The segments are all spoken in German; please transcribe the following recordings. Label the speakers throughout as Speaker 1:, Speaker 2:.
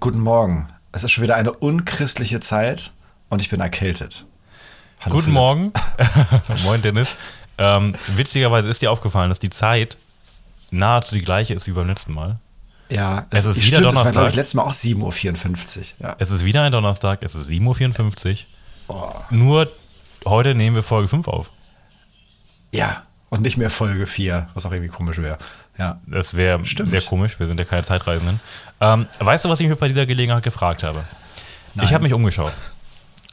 Speaker 1: Guten Morgen. Es ist schon wieder eine unchristliche Zeit und ich bin erkältet. Hallo,
Speaker 2: Guten
Speaker 1: Philipp.
Speaker 2: Morgen. Moin, Dennis. Ähm, witzigerweise ist dir aufgefallen, dass die Zeit nahezu die gleiche ist wie beim letzten Mal.
Speaker 1: Ja,
Speaker 2: Es ist wieder
Speaker 1: stimmt, das war,
Speaker 2: Donnerstag.
Speaker 1: glaube ich, letztes Mal auch 7.54 Uhr. Ja. Oh.
Speaker 2: Es ist wieder ein Donnerstag, es ist 7.54
Speaker 1: Boah.
Speaker 2: Uhr. Nur heute nehmen wir Folge 5 auf.
Speaker 1: ja, und nicht mehr Folge 4, was auch irgendwie komisch wäre. Ja.
Speaker 2: Das wäre
Speaker 1: Stimmt.
Speaker 2: sehr komisch, wir sind ja keine Zeitreisenden. Ähm, weißt du, was ich mich bei dieser Gelegenheit gefragt habe? Ich habe mich umgeschaut.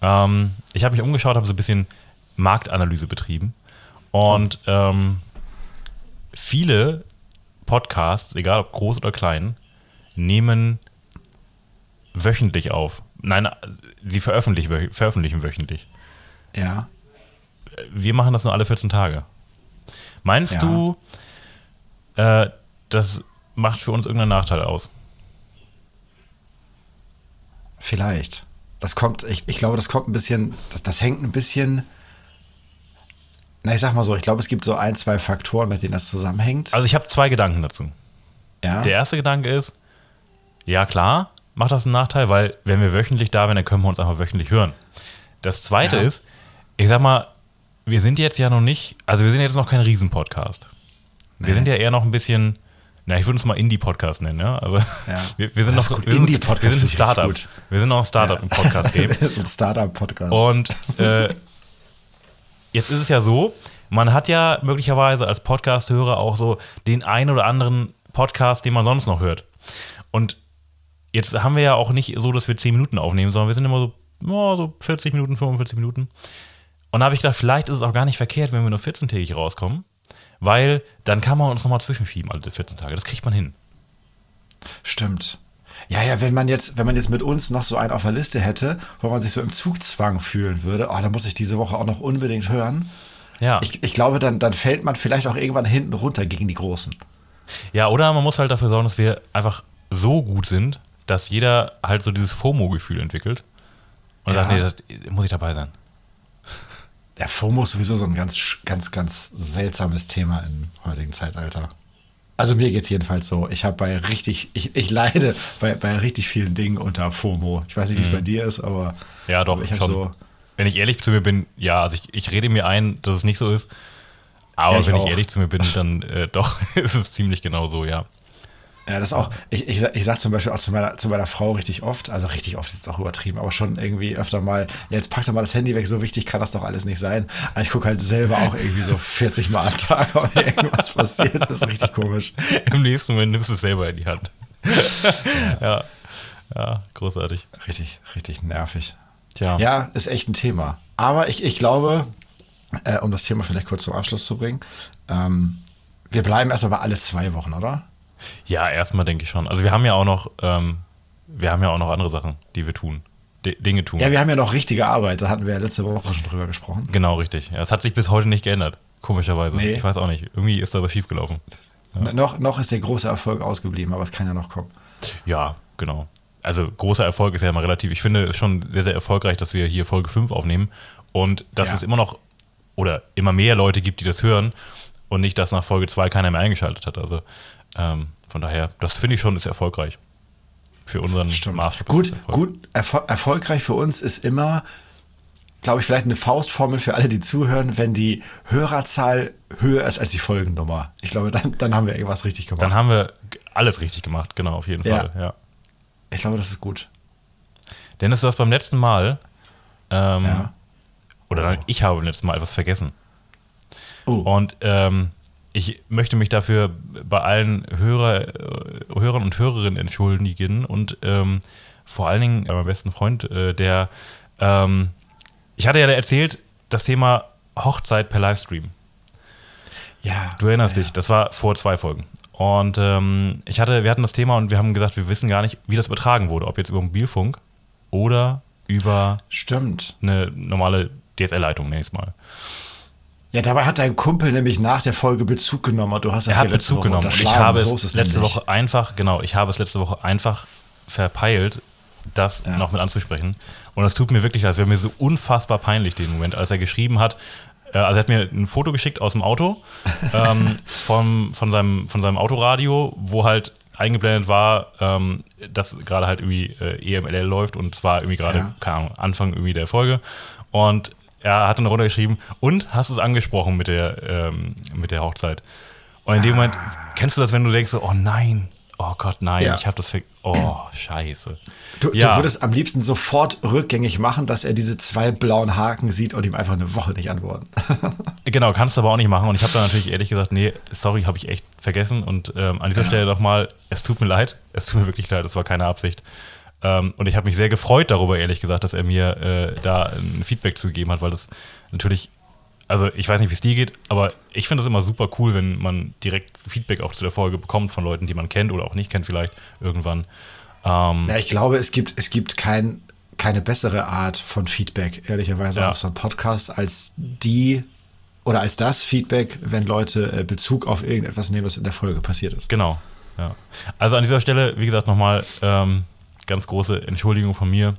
Speaker 2: Ähm, ich habe mich umgeschaut, habe so ein bisschen Marktanalyse betrieben. Und ähm, viele Podcasts, egal ob groß oder klein, nehmen wöchentlich auf. Nein, sie veröffentlichen, wö- veröffentlichen wöchentlich.
Speaker 1: Ja.
Speaker 2: Wir machen das nur alle 14 Tage. Meinst
Speaker 1: Ja.
Speaker 2: du, äh, das macht für uns irgendeinen Nachteil aus?
Speaker 1: Vielleicht. Das kommt, ich, ich glaube, das kommt ein bisschen, das, das hängt ein bisschen. Na, ich sag mal so, ich glaube, es gibt so ein, zwei Faktoren, mit denen das zusammenhängt.
Speaker 2: Also ich habe zwei Gedanken dazu.
Speaker 1: ja.
Speaker 2: Der erste Gedanke ist, ja klar, macht das einen Nachteil, weil wenn wir wöchentlich da wären, dann können wir uns einfach wöchentlich hören. Das zweite
Speaker 1: Ja.
Speaker 2: ist, ich sag mal, wir sind jetzt ja noch nicht, also wir sind jetzt noch kein Riesen-Podcast.
Speaker 1: Nee.
Speaker 2: Wir sind ja eher noch ein bisschen, na, ich würde uns mal Indie-Podcast nennen, ja. Also wir, wir sind
Speaker 1: Das ist
Speaker 2: noch
Speaker 1: gut.
Speaker 2: wir sind,
Speaker 1: Indie-Podcast
Speaker 2: wir sind ein
Speaker 1: finde ich jetzt
Speaker 2: Startup.
Speaker 1: gut.
Speaker 2: Wir sind noch ein Startup im Podcast-Game.
Speaker 1: das ist ein Startup-Podcast.
Speaker 2: Und äh, jetzt ist es ja so, man hat ja möglicherweise als Podcast-Hörer auch so den einen oder anderen Podcast, den man sonst noch hört. Und jetzt haben wir ja auch nicht so, dass wir 10 Minuten aufnehmen, sondern wir sind immer so, ja, so 40 Minuten, 45 Minuten. Und da habe ich gedacht, vielleicht ist es auch gar nicht verkehrt, wenn wir nur 14-tägig rauskommen, weil dann kann man uns nochmal zwischenschieben, alle 14 Tage. Das kriegt man hin.
Speaker 1: Stimmt. Ja, ja, wenn man jetzt, wenn man jetzt mit uns noch so einen auf der Liste hätte, wo man sich so im Zugzwang fühlen würde, oh, da muss ich diese Woche auch noch unbedingt hören.
Speaker 2: Ja.
Speaker 1: Ich, ich glaube, dann, dann fällt man vielleicht auch irgendwann hinten runter gegen die Großen.
Speaker 2: Ja, oder man muss halt dafür sorgen, dass wir einfach so gut sind, dass jeder halt so dieses FOMO-Gefühl entwickelt. Und
Speaker 1: Ja.
Speaker 2: sagt, nee, das muss ich dabei sein.
Speaker 1: Der FOMO ist sowieso so ein ganz, sch- ganz, ganz seltsames Thema im heutigen Zeitalter. Also mir geht's jedenfalls so. Ich habe bei richtig, ich, ich leide bei, bei richtig vielen Dingen unter FOMO. Ich weiß nicht, wie es bei dir ist, aber
Speaker 2: Mhm. Ja, doch,
Speaker 1: aber ich habe
Speaker 2: schon.
Speaker 1: so.
Speaker 2: Wenn ich ehrlich zu mir bin, ja, also ich, ich rede mir ein, dass es nicht so ist. Aber
Speaker 1: Ja, ich
Speaker 2: wenn
Speaker 1: auch.
Speaker 2: ich ehrlich zu mir bin, dann äh, doch, ist es ziemlich genau so, ja.
Speaker 1: Ja, das auch. Ich, ich, sag- ich sag zum Beispiel auch zu meiner, zu meiner Frau richtig oft, also richtig oft ist jetzt auch übertrieben, aber schon irgendwie öfter mal, ja, jetzt pack doch mal das Handy weg, so wichtig kann das doch alles nicht sein. Aber ich gucke halt selber auch irgendwie so 40 Mal am Tag, ob hier irgendwas passiert. Das ist richtig komisch.
Speaker 2: Im nächsten Moment nimmst du es selber in die Hand. ja. ja, großartig.
Speaker 1: Richtig, richtig nervig.
Speaker 2: Tja.
Speaker 1: Ja, ist echt ein Thema. Aber ich, ich glaube, äh, um das Thema vielleicht kurz zum Abschluss zu bringen, ähm, wir bleiben erstmal bei alle zwei Wochen, oder?
Speaker 2: Ja, erstmal denke ich schon. Also wir haben ja auch noch, ähm, wir haben ja auch noch andere Sachen, die wir tun. D Dinge tun.
Speaker 1: Ja, wir haben ja noch richtige Arbeit, da hatten wir ja letzte Woche schon drüber gesprochen.
Speaker 2: Genau, richtig. Ja, Es hat sich bis heute nicht geändert. Komischerweise.
Speaker 1: Nee.
Speaker 2: Ich weiß auch nicht. Irgendwie ist da was schiefgelaufen.
Speaker 1: Noch, noch ist der große Erfolg ausgeblieben, aber es kann ja noch kommen.
Speaker 2: Ja, genau. Also großer Erfolg ist ja immer relativ. Ich finde es schon sehr, sehr erfolgreich, dass wir hier Folge 5 aufnehmen und dass
Speaker 1: Ja.
Speaker 2: es immer noch oder immer mehr Leute gibt, die das hören und nicht, dass nach Folge 2 keiner mehr eingeschaltet hat. Also ähm, von daher, das finde ich schon, ist erfolgreich. Für unseren
Speaker 1: Stimmt.
Speaker 2: Maßstab. ist
Speaker 1: Gut,
Speaker 2: es erfolgreich.
Speaker 1: gut erfol erfolgreich für uns ist immer, glaube ich, vielleicht eine Faustformel für alle, die zuhören, wenn die Hörerzahl höher ist als die Folgennummer. Ich glaube, dann, dann haben wir irgendwas richtig gemacht.
Speaker 2: Dann haben wir g- alles richtig gemacht, genau, auf jeden
Speaker 1: Ja.
Speaker 2: Fall. Ja.
Speaker 1: ich glaube, das ist gut.
Speaker 2: Dennis, du hast beim letzten Mal, ähm,
Speaker 1: Ja.
Speaker 2: oder nein, ich habe beim letzten Mal etwas vergessen.
Speaker 1: Oh,
Speaker 2: Und ähm, ich möchte mich dafür bei allen Hörer, äh, Hörern und Hörerinnen entschuldigen und ähm, vor allen Dingen äh, meinem besten Freund, äh, der ähm, ich hatte ja erzählt, das Thema Hochzeit per Livestream.
Speaker 1: ja.
Speaker 2: Du erinnerst
Speaker 1: ja.
Speaker 2: dich, das war vor zwei Folgen. Und ähm, ich hatte, wir hatten das Thema und wir haben gesagt, wir wissen gar nicht, wie das übertragen wurde, ob jetzt über Mobilfunk oder über
Speaker 1: Stimmt.
Speaker 2: eine normale DSL-Leitung nächstes Mal.
Speaker 1: Ja, dabei hat dein Kumpel nämlich nach der Folge Bezug genommen und du hast das
Speaker 2: Er
Speaker 1: ja
Speaker 2: hat
Speaker 1: letzte
Speaker 2: Bezug
Speaker 1: Woche
Speaker 2: genommen. Und ich
Speaker 1: unterschlagen.
Speaker 2: habe
Speaker 1: So
Speaker 2: es
Speaker 1: ist
Speaker 2: letzte
Speaker 1: nämlich.
Speaker 2: Woche einfach, genau, ich habe es letzte Woche einfach verpeilt, das
Speaker 1: Ja.
Speaker 2: noch mit anzusprechen. Und das tut mir wirklich leid. Es wäre mir so unfassbar peinlich, den Moment, als er geschrieben hat. äh, Also er hat mir ein Foto geschickt aus dem Auto ähm, vom, von, seinem, von seinem Autoradio, wo halt eingeblendet war, ähm, dass gerade halt irgendwie äh, EMLL läuft und zwar irgendwie gerade,
Speaker 1: Ja.
Speaker 2: keine Ahnung, Anfang irgendwie der Folge. Und er hat dann runtergeschrieben, und hast es angesprochen mit der, ähm, mit der Hochzeit. Und in dem Moment, kennst du das, wenn du denkst, so, oh nein, oh Gott, nein,
Speaker 1: Ah. Ja.
Speaker 2: ich habe das ver Oh, scheiße.
Speaker 1: Du,
Speaker 2: Ja.
Speaker 1: du würdest am liebsten sofort rückgängig machen, dass er diese zwei blauen Haken sieht und ihm einfach eine Woche nicht antworten.
Speaker 2: Genau, kannst du aber auch nicht machen. Und ich habe da natürlich ehrlich gesagt, nee, sorry, habe ich echt vergessen. Und ähm, an dieser Stelle nochmal, es tut mir leid, es tut mir wirklich leid, es war keine Absicht. Ähm, und ich habe mich sehr gefreut darüber, ehrlich gesagt, dass er mir äh, da ein Feedback zugegeben hat, weil das natürlich, also ich weiß nicht, wie es dir geht, aber ich finde das immer super cool, wenn man direkt Feedback auch zu der Folge bekommt von Leuten, die man kennt oder auch nicht kennt, vielleicht irgendwann. Ähm,
Speaker 1: Ja, ich glaube, es gibt, es gibt kein, keine bessere Art von Feedback, ehrlicherweise,
Speaker 2: Ja.
Speaker 1: auf so einen Podcast, als die oder als das Feedback, wenn Leute äh, Bezug auf irgendetwas nehmen, das in der Folge passiert ist.
Speaker 2: Genau. Ja. Also an dieser Stelle, wie gesagt, nochmal ähm, ganz große Entschuldigung von mir.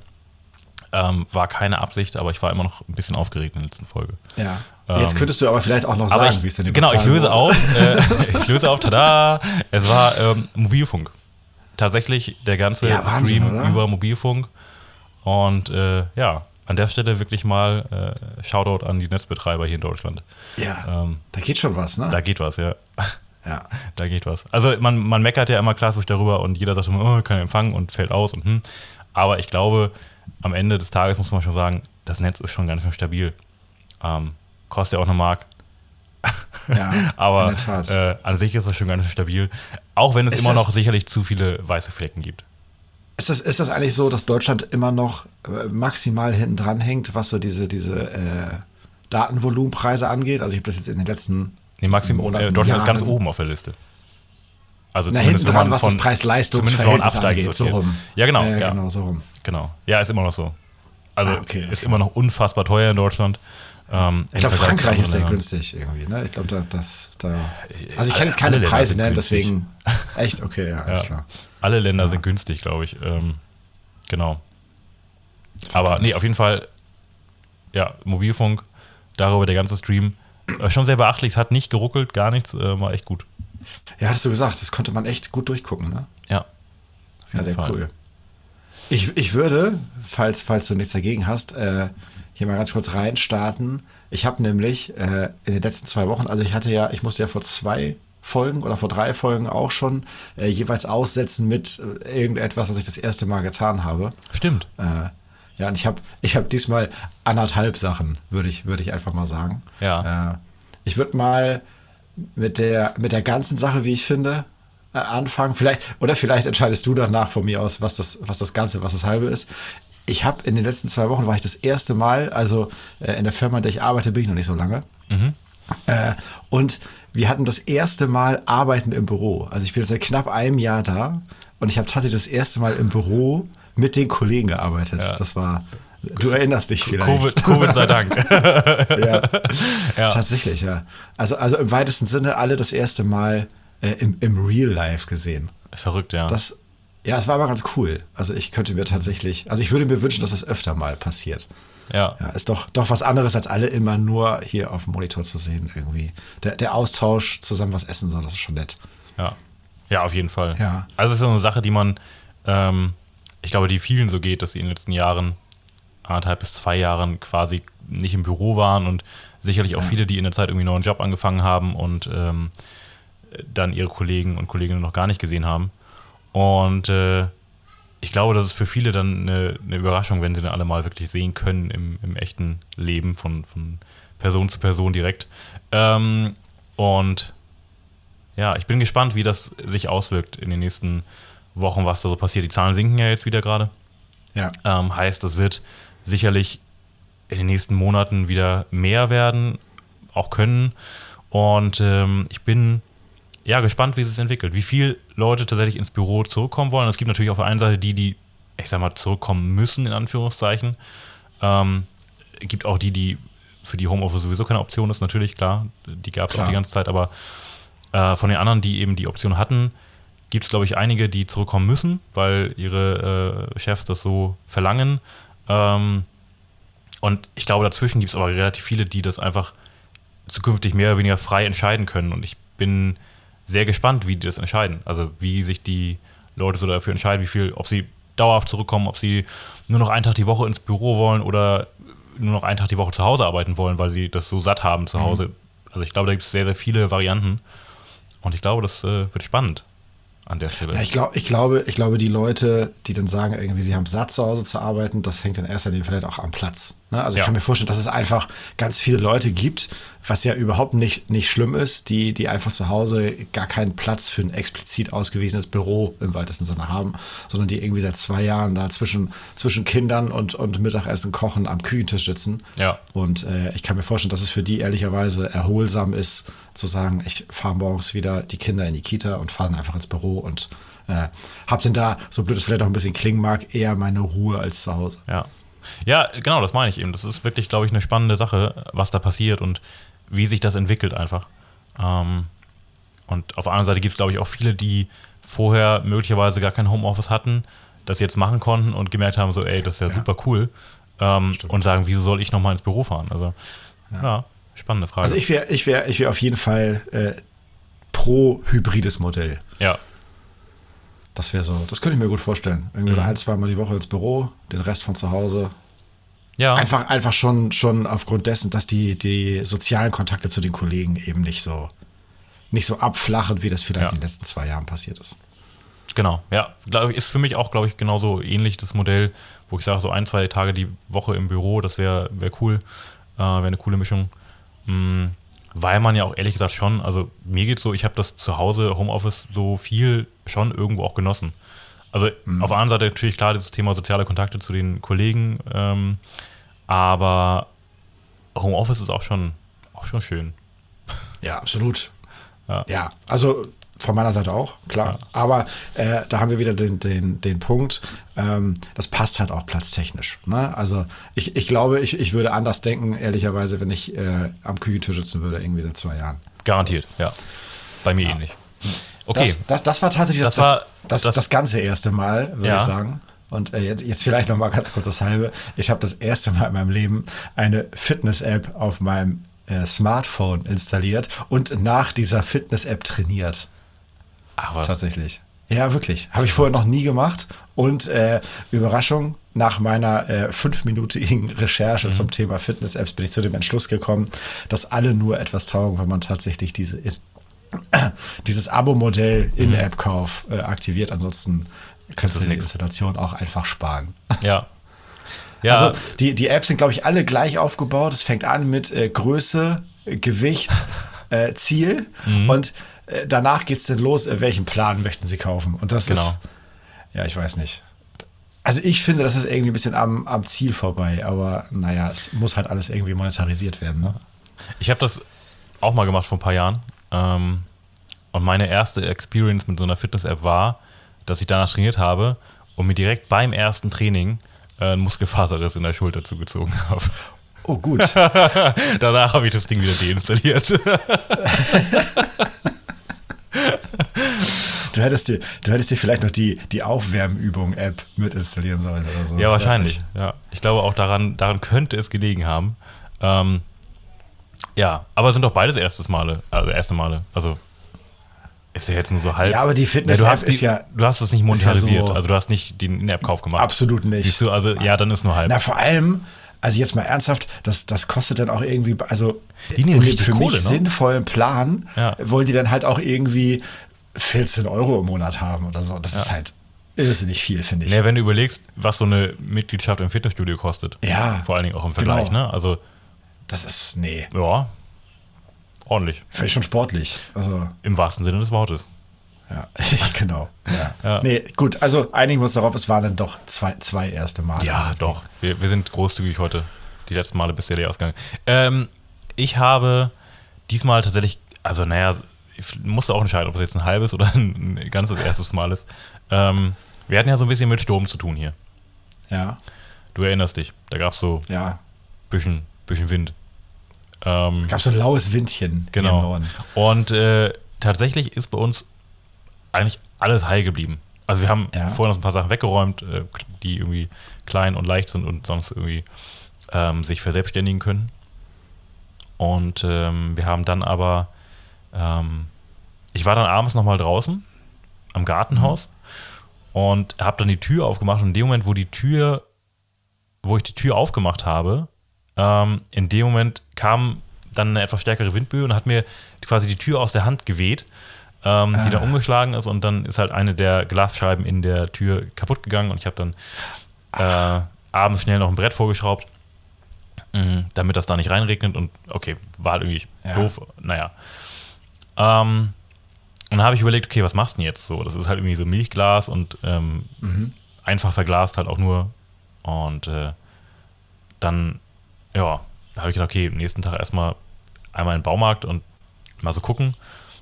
Speaker 2: Ähm, war keine Absicht, aber ich war immer noch ein bisschen aufgeregt in der letzten Folge.
Speaker 1: Ja.
Speaker 2: Ähm,
Speaker 1: Jetzt könntest du aber vielleicht auch noch
Speaker 2: aber
Speaker 1: sagen,
Speaker 2: ich,
Speaker 1: wie es denn
Speaker 2: genau, ich
Speaker 1: übertragen
Speaker 2: löse
Speaker 1: wurde.
Speaker 2: auf. Äh, ich löse auf, tada! Es war ähm, Mobilfunk. Tatsächlich der ganze
Speaker 1: Ja, Wahnsinn,
Speaker 2: Stream
Speaker 1: oder?
Speaker 2: über Mobilfunk. Und äh, ja, an der Stelle wirklich mal äh, Shoutout an die Netzbetreiber hier in Deutschland.
Speaker 1: Ja,
Speaker 2: Ähm,
Speaker 1: da geht schon was, ne?
Speaker 2: Da geht was, ja.
Speaker 1: ja.
Speaker 2: Da geht was. Also man, man meckert ja immer klassisch darüber und jeder sagt immer, oh, kein Empfang und fällt aus und hm. Aber ich glaube, am Ende des Tages muss man schon sagen, das Netz ist schon ganz schön stabil. Ähm, kostet ja auch eine Mark.
Speaker 1: ja in
Speaker 2: Aber
Speaker 1: der Tat.
Speaker 2: äh, an sich ist das schon ganz schön stabil. Auch wenn es
Speaker 1: Ist
Speaker 2: immer
Speaker 1: das-
Speaker 2: noch sicherlich zu viele weiße Flecken gibt.
Speaker 1: Ist das, ist das eigentlich so, dass Deutschland immer noch äh, maximal hinten dran hängt, was so diese, diese äh, Datenvolumenpreise angeht? Also ich habe das jetzt in den letzten
Speaker 2: Nee, Maxim,
Speaker 1: Monaten,
Speaker 2: äh, Deutschland ist ganz
Speaker 1: Jahren.
Speaker 2: oben auf der Liste. Also
Speaker 1: Na,
Speaker 2: zumindest
Speaker 1: hinten
Speaker 2: wenn
Speaker 1: dran,
Speaker 2: man
Speaker 1: was
Speaker 2: von,
Speaker 1: das Preis-Leistungs-Verhältnis
Speaker 2: zumindest wenn man
Speaker 1: angeht, so
Speaker 2: sortiert.
Speaker 1: rum.
Speaker 2: Ja, genau.
Speaker 1: Ja,
Speaker 2: ja.
Speaker 1: genau, so rum.
Speaker 2: Genau. Ja, ist immer noch so. Also
Speaker 1: Ah, okay, das
Speaker 2: ist immer noch unfassbar teuer in Deutschland. Ähm, im
Speaker 1: Ich glaube,
Speaker 2: Vergleich zu
Speaker 1: Frankreich ist sehr
Speaker 2: anderen
Speaker 1: günstig irgendwie, ne? Ich glaube, da, das, da.
Speaker 2: Ich-
Speaker 1: Also ich kenne
Speaker 2: alle-
Speaker 1: jetzt keine
Speaker 2: alle Länder
Speaker 1: Preise
Speaker 2: sind
Speaker 1: nennen,
Speaker 2: günstig.
Speaker 1: deswegen. Echt? Okay, ja, alles
Speaker 2: Ländern.
Speaker 1: klar.
Speaker 2: Ja. Alle Länder sind günstig, glaube ich. Ähm, genau. Aber nee, auf jeden Fall, ja, Mobilfunk, darüber der ganze Stream. Äh, schon sehr beachtlich, es hat nicht geruckelt, gar nichts, äh, war echt gut.
Speaker 1: Ja, hattest du gesagt, das konnte man echt gut durchgucken, ne?
Speaker 2: Ja. Auf
Speaker 1: Ja,
Speaker 2: jeden
Speaker 1: sehr
Speaker 2: Fall.
Speaker 1: cool. Ich, ich würde, falls, falls du nichts dagegen hast, äh, hier mal ganz kurz reinstarten. Ich habe nämlich äh, in den letzten zwei Wochen, also ich hatte ja, ich musste ja vor zwei Folgen oder vor drei Folgen auch schon äh, jeweils aussetzen mit äh, irgendetwas, was ich das erste Mal getan habe.
Speaker 2: Stimmt.
Speaker 1: Äh, ja, und ich habe ich hab diesmal anderthalb Sachen, würde ich, würde ich einfach mal sagen.
Speaker 2: Ja.
Speaker 1: Äh, ich würde mal mit der, mit der ganzen Sache, wie ich finde, äh, anfangen. Vielleicht, oder vielleicht entscheidest du danach von mir aus, was das, was das Ganze, was das Halbe ist. Ich habe in den letzten zwei Wochen, war ich das erste Mal, also äh, in der Firma, in der ich arbeite, bin ich noch nicht so lange. Äh, und wir hatten das erste Mal Arbeiten im Büro. Also ich bin jetzt seit knapp einem Jahr da und ich habe tatsächlich das erste Mal im Büro mit den Kollegen gearbeitet.
Speaker 2: Ja.
Speaker 1: Das war, du erinnerst dich vielleicht.
Speaker 2: Covid, Covid sei Dank.
Speaker 1: Ja,
Speaker 2: Ja.
Speaker 1: Tatsächlich, ja. Also, also im weitesten Sinne alle das erste Mal äh, im, im Real Life gesehen.
Speaker 2: Verrückt, ja.
Speaker 1: Das, ja, es war aber ganz cool. Also ich könnte mir tatsächlich, also ich würde mir wünschen, dass das öfter mal passiert.
Speaker 2: ja.
Speaker 1: Ja, ist doch, doch was anderes, als alle immer nur hier auf dem Monitor zu sehen irgendwie. Der, der Austausch, zusammen was essen, so, das ist schon nett.
Speaker 2: Ja. Ja, auf jeden Fall.
Speaker 1: Ja.
Speaker 2: Also es ist so eine Sache, die man, ähm, ich glaube, die vielen so geht, dass sie in den letzten Jahren, anderthalb bis zwei Jahren quasi nicht im Büro waren und sicherlich auch viele, die in der Zeit irgendwie einen neuen Job angefangen haben und ähm, dann ihre Kollegen und Kolleginnen noch gar nicht gesehen haben. Und äh, ich glaube, das ist für viele dann eine, eine Überraschung, wenn sie dann alle mal wirklich sehen können im, im echten Leben von, von Person zu Person direkt. Ähm, und ja, ich bin gespannt, wie das sich auswirkt in den nächsten Wochen, was da so passiert. Die Zahlen sinken ja jetzt wieder gerade.
Speaker 1: Ja.
Speaker 2: Ähm, heißt, es wird sicherlich in den nächsten Monaten wieder mehr werden, auch können. Und ähm, ich bin ja gespannt, wie es sich entwickelt. Wie viel Leute tatsächlich ins Büro zurückkommen wollen. Es gibt natürlich auf der einen Seite die, die, ich sag mal, zurückkommen müssen, in Anführungszeichen. Ähm, gibt auch die, die für die Homeoffice sowieso keine Option ist, natürlich, klar. Die gab es auch
Speaker 1: Klar.
Speaker 2: die ganze Zeit, aber äh, von den anderen, die eben die Option hatten, gibt es, glaube ich, einige, die zurückkommen müssen, weil ihre äh, Chefs das so verlangen. Ähm, und ich glaube, dazwischen gibt es aber relativ viele, die das einfach zukünftig mehr oder weniger frei entscheiden können. Und ich bin sehr gespannt, wie die das entscheiden. Also wie sich die Leute so dafür entscheiden, wie viel, ob sie dauerhaft zurückkommen, ob sie nur noch einen Tag die Woche ins Büro wollen oder nur noch einen Tag die Woche zu Hause arbeiten wollen, weil sie das so satt haben zu Hause. Also ich glaube, da gibt es sehr, sehr viele Varianten. Und ich glaube, das äh, wird spannend an der Stelle.
Speaker 1: Ja, ich, glaub, ich, glaube, ich glaube, die Leute, die dann sagen, irgendwie, sie haben satt zu Hause zu arbeiten, das hängt in erster Linie vielleicht auch am Platz. Ne? Also
Speaker 2: Ja.
Speaker 1: ich kann mir vorstellen, dass es einfach ganz viele Leute gibt, was ja überhaupt nicht, nicht schlimm ist, die, die einfach zu Hause gar keinen Platz für ein explizit ausgewiesenes Büro im weitesten Sinne haben, sondern die irgendwie seit zwei Jahren da zwischen, zwischen Kindern und, und Mittagessen kochen am Küchentisch sitzen.
Speaker 2: Ja.
Speaker 1: Und äh, ich kann mir vorstellen, dass es für die ehrlicherweise erholsam ist, zu sagen, ich fahre morgens wieder die Kinder in die Kita und fahre dann einfach ins Büro und äh, hab denn da, so blöd es vielleicht auch ein bisschen klingen mag, eher meine Ruhe als zu Hause.
Speaker 2: Ja. Ja, genau, das meine ich eben. Das ist wirklich, glaube ich, eine spannende Sache, was da passiert und wie sich das entwickelt einfach. Ähm, und auf der anderen Seite gibt es, glaube ich, auch viele, die vorher möglicherweise gar kein Homeoffice hatten, das jetzt machen konnten und gemerkt haben, so, ey, das ist ja, super cool. Ähm, und sagen, wieso soll ich nochmal ins Büro fahren? Also, ja, spannende Frage.
Speaker 1: Also ich wäre ich wär, ich wär auf jeden Fall äh, pro hybrides Modell.
Speaker 2: ja,
Speaker 1: Das wäre so, das könnte ich mir gut vorstellen. Irgendwie so ein, zweimal die Woche ins Büro, den Rest von zu Hause.
Speaker 2: ja.
Speaker 1: Einfach, einfach schon, schon aufgrund dessen, dass die, die sozialen Kontakte zu den Kollegen eben nicht so, nicht so abflachen, wie das vielleicht
Speaker 2: Ja.
Speaker 1: in den letzten zwei Jahren passiert ist.
Speaker 2: Genau, ja. Glaub, ich, ist für mich auch, glaube ich, genauso ähnlich das Modell, wo ich sage, so ein, zwei Tage die Woche im Büro, das wäre wär cool, äh, wäre eine coole Mischung. Mm, weil man ja auch ehrlich gesagt schon, also mir geht's so, ich habe das zu Hause, Homeoffice, so viel schon irgendwo auch genossen. Also auf der anderen Seite natürlich klar das Thema soziale Kontakte zu den Kollegen, ähm, aber Homeoffice ist auch schon, auch schon schön.
Speaker 1: Ja, absolut.
Speaker 2: Ja.
Speaker 1: Ja, also von meiner Seite auch, klar. Aber äh, da haben wir wieder den, den, den Punkt, ähm, das passt halt auch platztechnisch. Ne? Also ich, ich glaube, ich, ich würde anders denken, ehrlicherweise, wenn ich äh, am Küchentisch sitzen würde, irgendwie seit zwei Jahren.
Speaker 2: Garantiert, ja. Bei mir ähnlich. Okay.
Speaker 1: Das, das, das war tatsächlich das,
Speaker 2: Das
Speaker 1: das,
Speaker 2: war-
Speaker 1: das,
Speaker 2: das-
Speaker 1: das, ganze erste Mal, würde
Speaker 2: Ja.
Speaker 1: ich sagen. Und äh, jetzt, jetzt vielleicht noch mal ganz kurz das halbe. Ich habe das erste Mal in meinem Leben eine Fitness-App auf meinem äh, Smartphone installiert und nach dieser Fitness-App trainiert.
Speaker 2: Ach was.
Speaker 1: Tatsächlich. Ja, wirklich. Habe ich vorher noch nie gemacht. Und äh, Überraschung, nach meiner äh, fünfminütigen
Speaker 2: Mhm.
Speaker 1: Recherche zum Thema Fitness-Apps bin ich zu dem Entschluss gekommen, dass alle nur etwas taugen, wenn man tatsächlich diese, dieses Abo-Modell in App-Kauf äh, aktiviert. Ansonsten kannst du
Speaker 2: das
Speaker 1: die
Speaker 2: Mhm. nix.
Speaker 1: Installation auch einfach sparen.
Speaker 2: Ja. Ja,
Speaker 1: Also die, die Apps sind, glaube ich, alle gleich aufgebaut. Es fängt an mit äh, Größe, äh, Gewicht, äh, Ziel
Speaker 2: Mhm.
Speaker 1: und äh, danach geht es dann los, äh, welchen Plan möchten sie kaufen. Und das
Speaker 2: Genau.
Speaker 1: ist, ja, ich weiß nicht. Also ich finde, das ist irgendwie ein bisschen am, am Ziel vorbei, aber naja, es muss halt alles irgendwie monetarisiert werden. Ne?
Speaker 2: Ich habe das auch mal gemacht vor ein paar Jahren. Ähm, und meine erste Experience mit so einer Fitness-App war, dass ich danach trainiert habe und mir direkt beim ersten Training äh, ein Muskelfaserriss in der Schulter zugezogen habe.
Speaker 1: Oh gut.
Speaker 2: Danach habe ich das Ding wieder deinstalliert.
Speaker 1: Du hättest dir, du hättest dir vielleicht noch die, die Aufwärmübung-App mit installieren sollen oder so.
Speaker 2: ja,
Speaker 1: Ich weiß
Speaker 2: wahrscheinlich.
Speaker 1: nicht.
Speaker 2: Ja. Ich glaube auch daran, daran könnte es gelegen haben. Ähm, ja, aber es sind doch beides erstes Male, also erste Male. Also ist ja jetzt nur so halb.
Speaker 1: Ja, aber die
Speaker 2: Ja, du
Speaker 1: Fitness-App
Speaker 2: hast die,
Speaker 1: ist ja
Speaker 2: du hast es nicht
Speaker 1: ist ja so-
Speaker 2: monetarisiert, also du hast nicht den In-App-Kauf gemacht.
Speaker 1: absolut nicht.
Speaker 2: Siehst du, also ja, dann ist nur halb.
Speaker 1: Na, vor allem, also jetzt mal ernsthaft, das, das kostet dann auch irgendwie, also
Speaker 2: Die
Speaker 1: in
Speaker 2: nehmen
Speaker 1: dem
Speaker 2: richtig
Speaker 1: für
Speaker 2: Kohle,
Speaker 1: mich
Speaker 2: ne?
Speaker 1: sinnvollen Plan
Speaker 2: Ja.
Speaker 1: wollen die dann halt auch irgendwie 14 Euro im Monat haben oder so. Das ist halt irrsinnig viel, finde ich.
Speaker 2: Nee, wenn du überlegst, was so eine Mitgliedschaft im Fitnessstudio kostet.
Speaker 1: Ja.
Speaker 2: Vor allen Dingen auch im Vergleich,
Speaker 1: Genau.
Speaker 2: ne? Also,
Speaker 1: Das ist, nee,
Speaker 2: ja, ordentlich.
Speaker 1: finde ich schon sportlich. Also,
Speaker 2: Im wahrsten Sinne des Wortes.
Speaker 1: ja, genau. Ja.
Speaker 2: Ja.
Speaker 1: Nee, gut, also einigen wir uns darauf, es waren dann doch zwei, zwei erste Mal.
Speaker 2: Ja, doch. Wir, wir sind großzügig heute. Die letzten Male bisher der Ausgang. Ähm, ich habe diesmal tatsächlich, also naja, ich musste auch entscheiden, ob es jetzt ein halbes oder ein ein ganzes erstes Mal ist. Ähm, wir hatten ja so ein bisschen mit Sturm zu tun hier.
Speaker 1: Ja,
Speaker 2: Du erinnerst dich. Da gab es so
Speaker 1: ja.
Speaker 2: bisschen, bisschen Wind. Ähm,
Speaker 1: Gab so ein laues Windchen hier im
Speaker 2: genau.
Speaker 1: Norden.
Speaker 2: Und äh, tatsächlich ist bei uns eigentlich alles heil geblieben. Also wir haben
Speaker 1: Ja.
Speaker 2: vorhin noch ein paar Sachen weggeräumt, äh, die irgendwie klein und leicht sind und sonst irgendwie ähm, sich verselbstständigen können. Und ähm, wir haben dann aber, ähm, ich war dann abends nochmal draußen am Gartenhaus
Speaker 1: Mhm.
Speaker 2: und habe dann die Tür aufgemacht. Und in dem Moment, wo die Tür, wo ich die Tür aufgemacht habe, ähm, in dem Moment kam dann eine etwas stärkere Windböe und hat mir quasi die Tür aus der Hand geweht, ähm, die dann umgeschlagen ist. Und dann ist halt eine der Glasscheiben in der Tür kaputt gegangen. Und ich habe dann äh, abends schnell noch ein Brett vorgeschraubt, mh, damit das da nicht reinregnet. Und okay, war halt irgendwie
Speaker 1: Ja.
Speaker 2: doof. Naja. Ähm, und dann habe ich überlegt, okay, was machst du denn jetzt so? Das ist halt irgendwie so Milchglas und ähm, einfach verglast halt auch nur. Und äh, dann, ja, da habe ich gedacht, okay, nächsten Tag erstmal einmal in den Baumarkt und mal so gucken.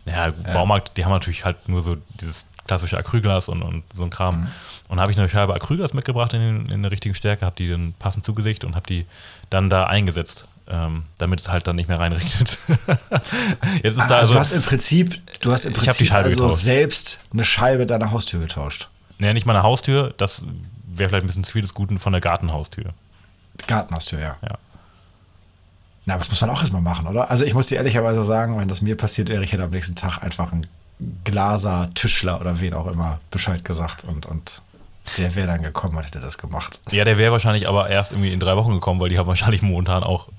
Speaker 2: Ja, Baumarkt, die haben natürlich halt nur so dieses klassische Acrylglas und, und so ein
Speaker 1: Mhm.
Speaker 2: Kram. Und habe ich eine Scheibe Acrylglas mitgebracht in, den, in der richtigen Stärke, habe die dann passend zugesicht und habe die dann da eingesetzt, ähm, damit es halt dann nicht mehr reinregnet. Jetzt ist
Speaker 1: also,
Speaker 2: da also,
Speaker 1: du hast im Prinzip, du hast im
Speaker 2: Ich hab die
Speaker 1: Prinzip
Speaker 2: Scheibe
Speaker 1: also
Speaker 2: getauscht.
Speaker 1: selbst eine Scheibe deiner Haustür getauscht.
Speaker 2: naja, nicht meine Haustür, das wäre vielleicht ein bisschen zu viel des Guten von der Gartenhaustür.
Speaker 1: Gartenhaustür, ja.
Speaker 2: Ja.
Speaker 1: Na, was muss man auch erstmal machen, oder? Also ich muss dir ehrlicherweise sagen, wenn das mir passiert wäre, ich hätte am nächsten Tag einfach einen Glaser, Tischler oder wen auch immer Bescheid gesagt und, und der wäre dann gekommen und hätte das gemacht.
Speaker 2: Ja, der wäre wahrscheinlich aber erst irgendwie in drei Wochen gekommen, weil die haben wahrscheinlich momentan auch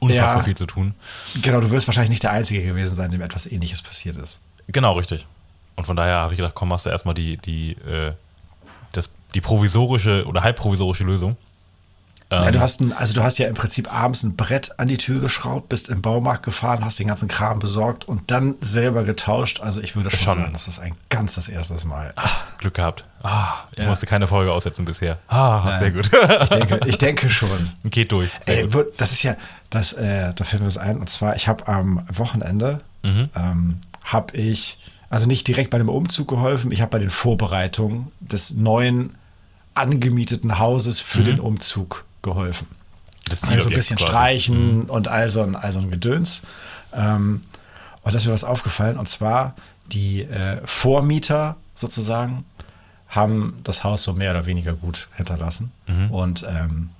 Speaker 2: unfassbar
Speaker 1: Ja.
Speaker 2: viel zu tun.
Speaker 1: Genau, du wirst wahrscheinlich nicht der Einzige gewesen sein, dem etwas ähnliches passiert ist.
Speaker 2: Genau, richtig. Und von daher habe ich gedacht, komm, machst du erstmal die, die, äh, das, die provisorische oder halbprovisorische Lösung. Ähm,
Speaker 1: Ja, du hast ein, also du hast ja im Prinzip abends ein Brett an die Tür geschraubt, bist im Baumarkt gefahren, hast den ganzen Kram besorgt und dann selber getauscht. Also ich würde schon,
Speaker 2: Schon.
Speaker 1: sagen, das ist ein ganz das erstes Mal.
Speaker 2: Glück gehabt. Ah, ich
Speaker 1: Ja.
Speaker 2: musste keine Folge aussetzen bisher. Ah, sehr gut.
Speaker 1: Ich denke, ich denke schon.
Speaker 2: Geht durch. Sehr
Speaker 1: Ey,
Speaker 2: gut.
Speaker 1: wo- das ist ja, das, äh, da fällt mir das ein. Und zwar, ich habe am Wochenende, ähm, habe ich, also nicht direkt bei dem Umzug geholfen, ich habe bei den Vorbereitungen des neuen angemieteten Hauses für den Umzug geholfen.
Speaker 2: Das
Speaker 1: Also ein
Speaker 2: Zielobjekt
Speaker 1: bisschen
Speaker 2: quasi.
Speaker 1: streichen
Speaker 2: Mhm.
Speaker 1: und all so ein, all so ein Gedöns. Ähm, und da ist mir was aufgefallen. Und zwar die äh, Vormieter sozusagen haben das Haus so mehr oder weniger gut hinterlassen.
Speaker 2: Mhm.
Speaker 1: Und ähm,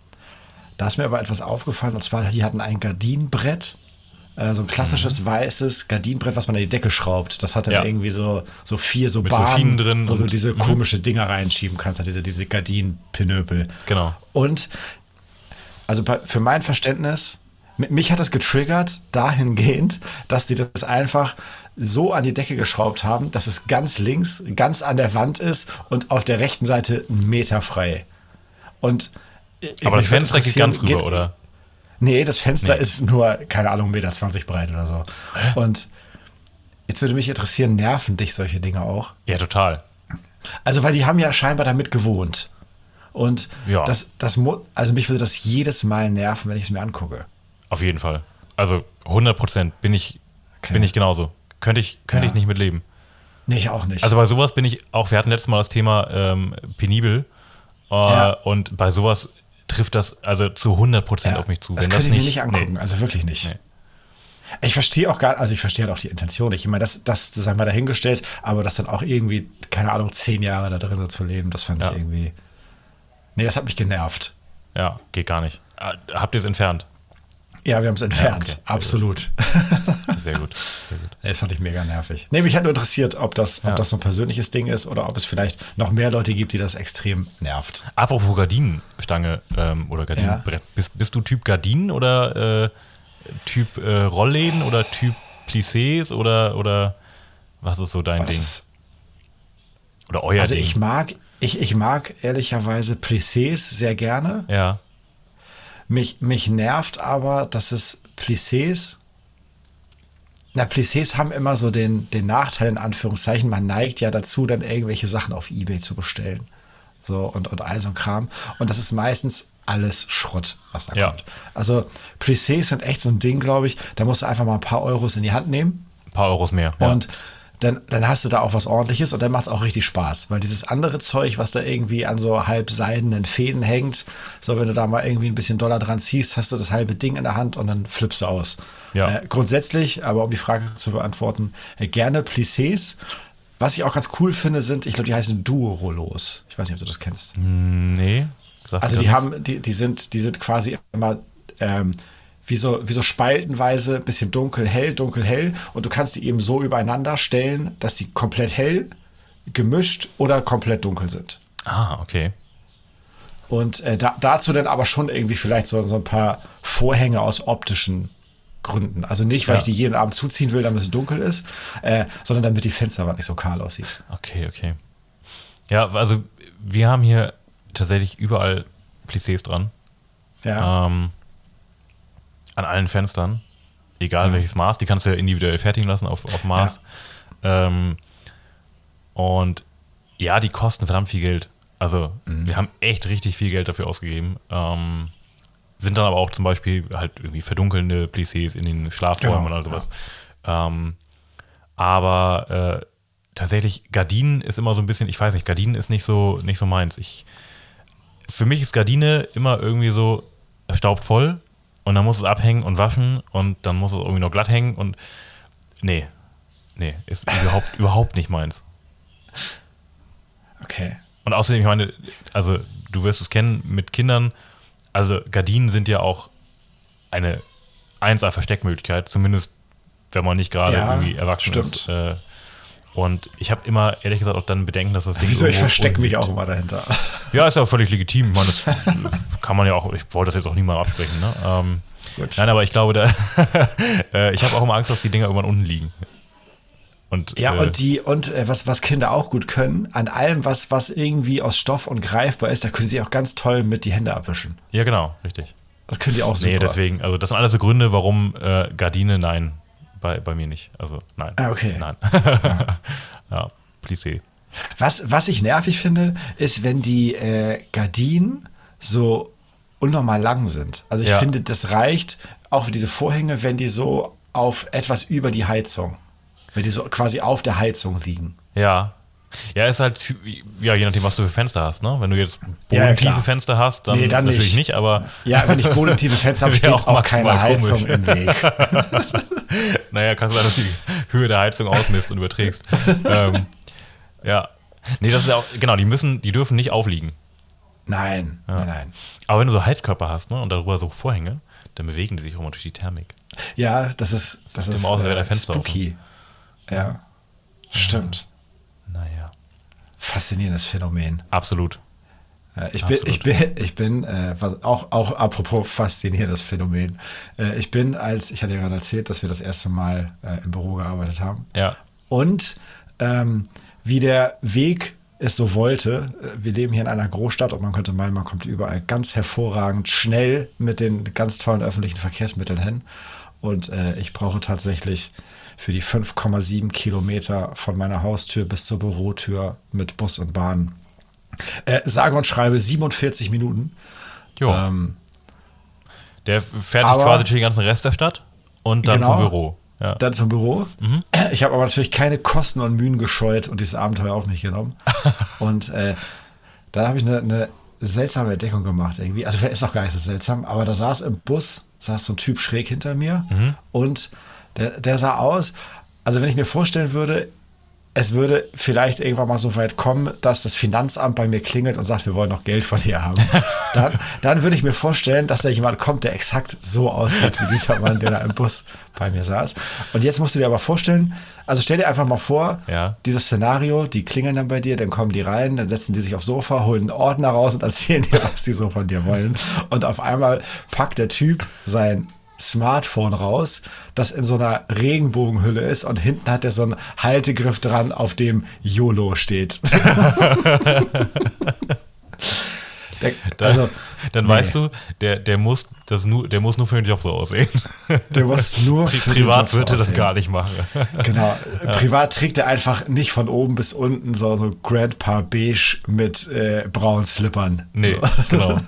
Speaker 1: da ist mir aber etwas aufgefallen. Und zwar, die hatten ein Gardinenbrett. äh, So ein klassisches weißes Gardinenbrett, was man an die Decke schraubt. Das hat dann
Speaker 2: Mhm. Ja.
Speaker 1: irgendwie so, so vier so
Speaker 2: Mit so
Speaker 1: Bahnen,
Speaker 2: Schienen drin
Speaker 1: wo du
Speaker 2: und- Mhm.
Speaker 1: diese komische Dinger reinschieben kannst, diese, diese Gardinenpinöpel.
Speaker 2: Genau.
Speaker 1: Und also bei- für mein Verständnis, mi- mich hat das getriggert dahingehend, dass die das einfach so an die Decke geschraubt haben, dass es ganz links, ganz an der Wand ist und auf der rechten Seite einen Meter frei. Und äh,
Speaker 2: Aber das
Speaker 1: mich würde
Speaker 2: Fenster geht ganz
Speaker 1: interessieren,
Speaker 2: rüber, oder?
Speaker 1: Nee, das Fenster ist nur, keine Ahnung, 1,20 Meter breit oder so. Und jetzt würde mich interessieren, nerven dich solche Dinge auch?
Speaker 2: Ja, total.
Speaker 1: Also, weil die haben ja scheinbar damit gewohnt. Und
Speaker 2: Ja.
Speaker 1: das, das mu- also mich würde das jedes Mal nerven, wenn ich es mir angucke.
Speaker 2: Auf jeden Fall. Also 100 Prozent bin ich,
Speaker 1: Okay.
Speaker 2: bin ich genauso. Könnte ich, könnte
Speaker 1: Ja.
Speaker 2: ich nicht mitleben.
Speaker 1: Nee, ich auch nicht.
Speaker 2: Also bei sowas bin ich auch, wir hatten letztes Mal das Thema ähm, penibel. Äh,
Speaker 1: Ja.
Speaker 2: Und bei sowas trifft das also zu 100 Prozent
Speaker 1: Ja,
Speaker 2: auf mich zu.
Speaker 1: Das
Speaker 2: Wenn
Speaker 1: könnte ich mir nicht
Speaker 2: nee.
Speaker 1: angucken, also wirklich nicht.
Speaker 2: Nee.
Speaker 1: Ich verstehe auch gar, also ich verstehe halt auch die Intention nicht. Ich meine, das, das sei mal dahingestellt, aber das dann auch irgendwie, keine Ahnung, zehn Jahre da drin so zu leben, das fand
Speaker 2: Ja.
Speaker 1: ich irgendwie. Nee, das hat mich genervt.
Speaker 2: Ja, geht gar nicht. Ah, Habt ihr es entfernt?
Speaker 1: Ja, wir haben es entfernt.
Speaker 2: okay.
Speaker 1: Absolut.
Speaker 2: Sehr gut. Sehr gut.
Speaker 1: Nee, Das fand ich mega nervig. Nee, mich hat nur interessiert, ob das, ob das so ein persönliches Ding ist oder ob es vielleicht noch mehr Leute gibt, die das extrem nervt.
Speaker 2: Apropos Gardinenstange ähm, oder Gardinenbrett. Bist, bist du Typ Gardinen oder äh, Typ äh, Rollläden oder Typ Plissés oder, oder was ist so dein
Speaker 1: Das
Speaker 2: Ding?
Speaker 1: ist,
Speaker 2: Oder euer
Speaker 1: also
Speaker 2: Ding?
Speaker 1: ich mag, ich, ich mag ehrlicherweise Plissés sehr gerne.
Speaker 2: ja.
Speaker 1: Mich, mich nervt aber, dass es Plissés. Na, Plissés haben immer so den, den Nachteil, in Anführungszeichen, man neigt ja dazu, dann irgendwelche Sachen auf Ebay zu bestellen. So und, und all so ein Kram. Und das ist meistens alles Schrott, was da
Speaker 2: Ja.
Speaker 1: kommt. Also Plissés sind echt so ein Ding, glaube ich. Da musst du einfach mal ein paar Euros in die Hand nehmen.
Speaker 2: Ein paar Euros mehr. Ja.
Speaker 1: Und dann, dann hast du da auch was ordentliches und dann macht es auch richtig Spaß. Weil dieses andere Zeug, was da irgendwie an so halbseidenen Fäden hängt, so wenn du da mal irgendwie ein bisschen Dollar dran ziehst, hast du das halbe Ding in der Hand und dann flippst du aus.
Speaker 2: Ja.
Speaker 1: Äh, grundsätzlich, aber um die Frage zu beantworten, äh, gerne Plissés. Was ich auch ganz cool finde, sind, ich glaube, die heißen Duo-Rollos. Ich weiß nicht, ob du das kennst.
Speaker 2: Hm, nee. Sagt
Speaker 1: Also
Speaker 2: mir
Speaker 1: die
Speaker 2: das
Speaker 1: haben, die, die sind, die sind quasi immer ähm, wie so, wie so spaltenweise, bisschen dunkel, hell, dunkel, hell. Und du kannst die eben so übereinander stellen, dass sie komplett hell, gemischt oder komplett dunkel sind.
Speaker 2: Ah, okay.
Speaker 1: Und äh, da, dazu dann aber schon irgendwie vielleicht so, so ein paar Vorhänge aus optischen Gründen. Also nicht, weil
Speaker 2: Ja.
Speaker 1: ich die jeden Abend zuziehen will, damit es dunkel ist, äh, sondern damit die Fensterwand nicht so kahl aussieht.
Speaker 2: Okay, okay. Ja, also wir haben hier tatsächlich überall Plissés dran.
Speaker 1: Ja.
Speaker 2: Ähm, an allen Fenstern. Egal welches Maß. Die kannst du ja individuell fertigen lassen auf, auf Maß. Ähm, und ja, die kosten verdammt viel Geld. Also wir haben echt richtig viel Geld dafür ausgegeben. Ähm, sind dann aber auch zum Beispiel halt irgendwie verdunkelnde Plissés in den Schlafräumen
Speaker 1: Genau,
Speaker 2: oder sowas. Ähm, aber äh, tatsächlich, Gardinen ist immer so ein bisschen, ich weiß nicht, Gardinen ist nicht so, nicht so meins. Ich, für mich ist Gardine immer irgendwie so staubvoll und dann muss es abhängen und waschen und dann muss es irgendwie noch glatt hängen und nee, nee, ist überhaupt, überhaupt nicht meins.
Speaker 1: Okay.
Speaker 2: Und außerdem, ich meine, also du wirst es kennen mit Kindern, also Gardinen sind ja auch eine 1A Versteckmöglichkeit, zumindest wenn man nicht gerade
Speaker 1: Ja,
Speaker 2: irgendwie erwachsen ist.
Speaker 1: stimmt.
Speaker 2: Äh, und ich habe immer, ehrlich gesagt, auch dann Bedenken, dass das Ding
Speaker 1: Wieso? Ich
Speaker 2: irgendwo
Speaker 1: verstecke mich
Speaker 2: unten
Speaker 1: auch immer dahinter.
Speaker 2: liegt. Ja, ist ja auch völlig legitim. Ich meine, das kann man ja auch, ich wollte das jetzt auch niemandem absprechen. Ne? Ähm,
Speaker 1: Gut.
Speaker 2: Nein, aber ich glaube, da, äh, ich habe auch immer Angst, dass die Dinger irgendwann unten liegen. Und,
Speaker 1: Ja,
Speaker 2: äh,
Speaker 1: und die, und äh, was, was Kinder auch gut können, an allem, was, was irgendwie aus Stoff und greifbar ist, da können sie auch ganz toll mit die Hände abwischen.
Speaker 2: ja, genau, richtig.
Speaker 1: Das können die auch super.
Speaker 2: Nee, deswegen, also das sind alles so Gründe, warum äh, Gardine, nein, bei, bei mir nicht. Also nein.
Speaker 1: Ah, okay.
Speaker 2: Nein. ja, Plissé.
Speaker 1: Was, was ich nervig finde, ist, wenn die äh, Gardinen so unnormal lang sind. Also ich
Speaker 2: Ja.
Speaker 1: finde, das reicht auch für diese Vorhänge, wenn die so auf etwas über die Heizung, wenn die so quasi auf der Heizung liegen.
Speaker 2: Ja. Ja, ist halt, ja, je nachdem, was du für Fenster hast, ne? Wenn du jetzt
Speaker 1: Ja, ja,
Speaker 2: bodentiefe
Speaker 1: klar.
Speaker 2: Fenster hast, dann,
Speaker 1: Nee, dann
Speaker 2: natürlich nicht,
Speaker 1: nicht.
Speaker 2: aber
Speaker 1: Ja, wenn ich bodentiefe Fenster habe,
Speaker 2: Wär
Speaker 1: steht
Speaker 2: auch
Speaker 1: auch,
Speaker 2: maximal
Speaker 1: keine Heizung
Speaker 2: komisch.
Speaker 1: im Weg.
Speaker 2: naja, kannst du dann natürlich die Höhe der Heizung ausmisst und überträgst. ähm, ja. Nee, das ist ja auch, genau, die müssen, die dürfen nicht aufliegen.
Speaker 1: Nein, nein, nein.
Speaker 2: Aber wenn du so Heizkörper hast, ne, und darüber so Vorhänge, dann bewegen die sich immer durch die Thermik.
Speaker 1: Ja, das ist, das
Speaker 2: ist
Speaker 1: ist
Speaker 2: immer aus, als wäre
Speaker 1: äh,
Speaker 2: der Fenster
Speaker 1: spooky. Ja, stimmt.
Speaker 2: Naja.
Speaker 1: Faszinierendes Phänomen.
Speaker 2: Absolut.
Speaker 1: Äh, Ich bin, ich bin, ich bin, äh, was- auch, auch apropos faszinierendes Phänomen. Äh, ich bin, als, ich hatte ja gerade erzählt, dass wir das erste Mal äh, im Büro gearbeitet haben.
Speaker 2: Ja.
Speaker 1: Und ähm, wie der Weg es so wollte, äh, wir leben hier in einer Großstadt und man könnte meinen, man kommt überall ganz hervorragend schnell mit den ganz tollen öffentlichen Verkehrsmitteln hin. Und äh, ich brauche tatsächlich für die 5,7 Kilometer von meiner Haustür bis zur Bürotür mit Bus und Bahn äh, sage und schreibe 47 Minuten.
Speaker 2: Jo.
Speaker 1: Ähm,
Speaker 2: Der fährt dich
Speaker 1: Aber-
Speaker 2: quasi durch den ganzen Rest der Stadt und dann
Speaker 1: Genau.
Speaker 2: zum Büro. Ja.
Speaker 1: dann zum Büro. Ich habe aber natürlich keine Kosten und Mühen gescheut und dieses Abenteuer auf mich genommen. und äh, da habe ich eine, eine seltsame Entdeckung gemacht irgendwie. Also ist auch gar nicht so seltsam, aber da saß im Bus, saß so ein Typ schräg hinter mir und der, der sah aus, also wenn ich mir vorstellen würde, es würde vielleicht irgendwann mal so weit kommen, dass das Finanzamt bei mir klingelt und sagt, wir wollen noch Geld von dir haben. Dann, dann würde ich mir vorstellen, dass da jemand kommt, der exakt so aussieht wie dieser Mann, der da im Bus bei mir saß. Und jetzt musst du dir aber vorstellen, also stell dir einfach mal vor,
Speaker 2: Ja.
Speaker 1: dieses Szenario, die klingeln dann bei dir, dann kommen die rein, dann setzen die sich aufs Sofa, holen einen Ordner raus und erzählen dir, was die so von dir wollen. Und auf einmal packt der Typ sein Smartphone raus, das in so einer Regenbogenhülle ist und hinten hat er so einen Haltegriff dran, auf dem YOLO steht. der,
Speaker 2: Da,
Speaker 1: also,
Speaker 2: dann
Speaker 1: nee.
Speaker 2: weißt du, der, der, muss das nur, der muss nur für den Job so aussehen.
Speaker 1: der muss nur
Speaker 2: Pri
Speaker 1: für den Job
Speaker 2: privat
Speaker 1: so
Speaker 2: würde das
Speaker 1: aussehen.
Speaker 2: gar nicht machen.
Speaker 1: Genau. Privat trägt er einfach nicht von oben bis unten so, so Grandpa Beige mit äh, braunen Slippern.
Speaker 2: Nee, genau.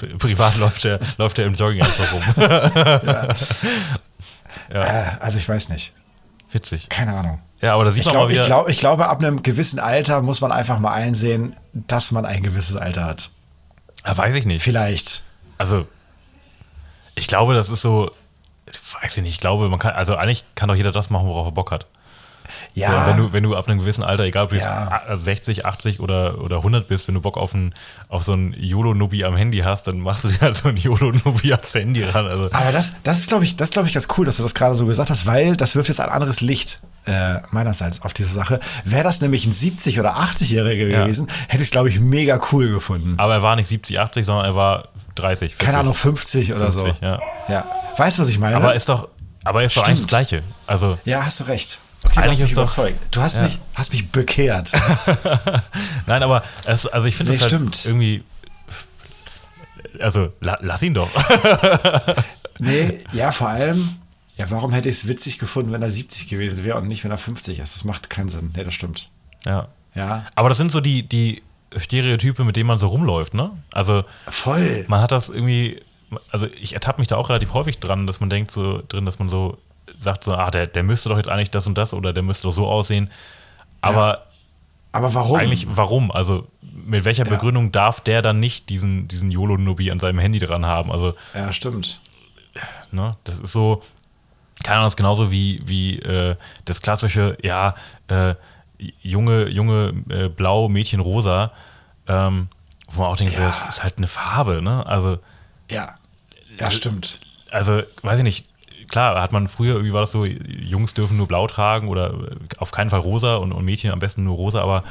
Speaker 2: Pri- Privat läuft er, läuft er im Jogging einfach rum.
Speaker 1: Äh, also ich weiß nicht.
Speaker 2: Witzig.
Speaker 1: Keine Ahnung.
Speaker 2: Ja, aber da sieht
Speaker 1: Ich,
Speaker 2: man
Speaker 1: glaub,
Speaker 2: mal wieder.
Speaker 1: ich, glaub, ich glaube, ab einem gewissen Alter muss man einfach mal einsehen, dass man ein gewisses Alter hat.
Speaker 2: Ah, weiß ich nicht.
Speaker 1: Vielleicht.
Speaker 2: Also, ich glaube, das ist so. Weiß ich nicht. Ich glaube, man kann. Also, eigentlich kann doch jeder das machen, worauf er Bock hat.
Speaker 1: Ja.
Speaker 2: So, wenn, du, wenn du ab einem gewissen Alter, egal ob du jetzt
Speaker 1: Ja.
Speaker 2: a- 60, 80 oder, oder 100 bist, wenn du Bock auf, ein, auf so einen YOLO-Nubi am Handy hast, dann machst du dir halt so einen YOLO-Nubi ans Handy ran. Also,
Speaker 1: Aber das, das ist, glaube ich, das ist, glaube ich, ganz cool, dass du das gerade so gesagt hast, weil das wirft jetzt ein anderes Licht äh, meinerseits auf diese Sache. Wäre das nämlich ein 70- oder 80-Jähriger
Speaker 2: Ja.
Speaker 1: gewesen, hätte ich es, glaube ich, mega cool gefunden.
Speaker 2: aber er war nicht 70, 80, sondern er war 30. 40,
Speaker 1: Keine Ahnung, 50 oder
Speaker 2: 50,
Speaker 1: so.
Speaker 2: ja.
Speaker 1: ja. Weißt du, was ich meine?
Speaker 2: Aber ist doch, aber ist doch
Speaker 1: Stimmt.
Speaker 2: eigentlich das Gleiche. Also,
Speaker 1: ja, hast du recht. Okay, du
Speaker 2: Eigentlich
Speaker 1: hast mich
Speaker 2: ist doch-
Speaker 1: überzeugt. Du hast, mich, hast mich bekehrt.
Speaker 2: nein, aber es, also ich finde
Speaker 1: Nee,
Speaker 2: es halt
Speaker 1: stimmt.
Speaker 2: irgendwie. Also, la, lass ihn doch.
Speaker 1: Nee, ja, vor allem, ja, warum hätte ich es witzig gefunden, wenn er 70 gewesen wäre und nicht, wenn er 50 ist? Das macht keinen Sinn. Nee, das stimmt.
Speaker 2: ja.
Speaker 1: Ja,
Speaker 2: Aber das sind so die, die Stereotype, mit denen man so rumläuft, ne? Also,
Speaker 1: voll.
Speaker 2: man hat das irgendwie, also ich ertappe mich da auch relativ häufig dran, dass man denkt so drin, dass man so sagt so, ah, der, der müsste doch jetzt eigentlich das und das oder der müsste doch so aussehen. Aber
Speaker 1: Aber warum?
Speaker 2: eigentlich, warum? Also mit welcher Begründung darf der dann nicht diesen, diesen YOLO-Nubi an seinem Handy dran haben? Also,
Speaker 1: ja, stimmt.
Speaker 2: ne, das ist so, keine Ahnung, das ist genauso wie, wie äh, das klassische, ja, äh, junge, junge, äh, blau, Mädchen, rosa, ähm, wo man auch denkt, so,
Speaker 1: Ja.
Speaker 2: das ist halt eine Farbe, ne? Also,
Speaker 1: Ja. Ja, stimmt.
Speaker 2: also weiß ich nicht, klar, hat man früher, irgendwie war das so, Jungs dürfen nur blau tragen oder äh, auf keinen Fall rosa und, und Mädchen am besten nur rosa, aber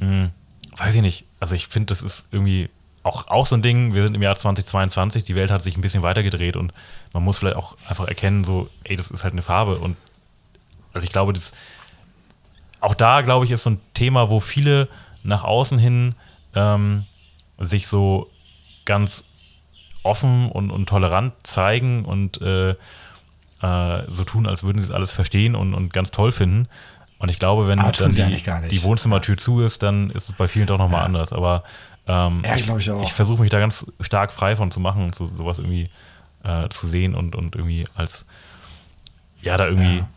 Speaker 2: mh, weiß ich nicht. Also ich finde, das ist irgendwie auch, auch so ein Ding, wir sind im Jahr 2022, die Welt hat sich ein bisschen weitergedreht und man muss vielleicht auch einfach erkennen, so, ey, das ist halt eine Farbe und also ich glaube, das auch da, glaube ich, ist so ein Thema, wo viele nach außen hin ähm, sich so ganz offen und, und tolerant zeigen und äh, äh, so tun, als würden sie das alles verstehen und, und ganz toll finden. Und ich glaube, wenn
Speaker 1: Aber tun
Speaker 2: dann
Speaker 1: sie
Speaker 2: die,
Speaker 1: eigentlich gar nicht.
Speaker 2: die Wohnzimmertür zu ist, dann ist es bei vielen doch nochmal mal anders. Aber ähm,
Speaker 1: Ja, glaube ich auch.
Speaker 2: ich versuche mich da ganz stark frei von zu machen und so, sowas irgendwie äh, zu sehen und, und irgendwie als ja, da irgendwie
Speaker 1: Ja.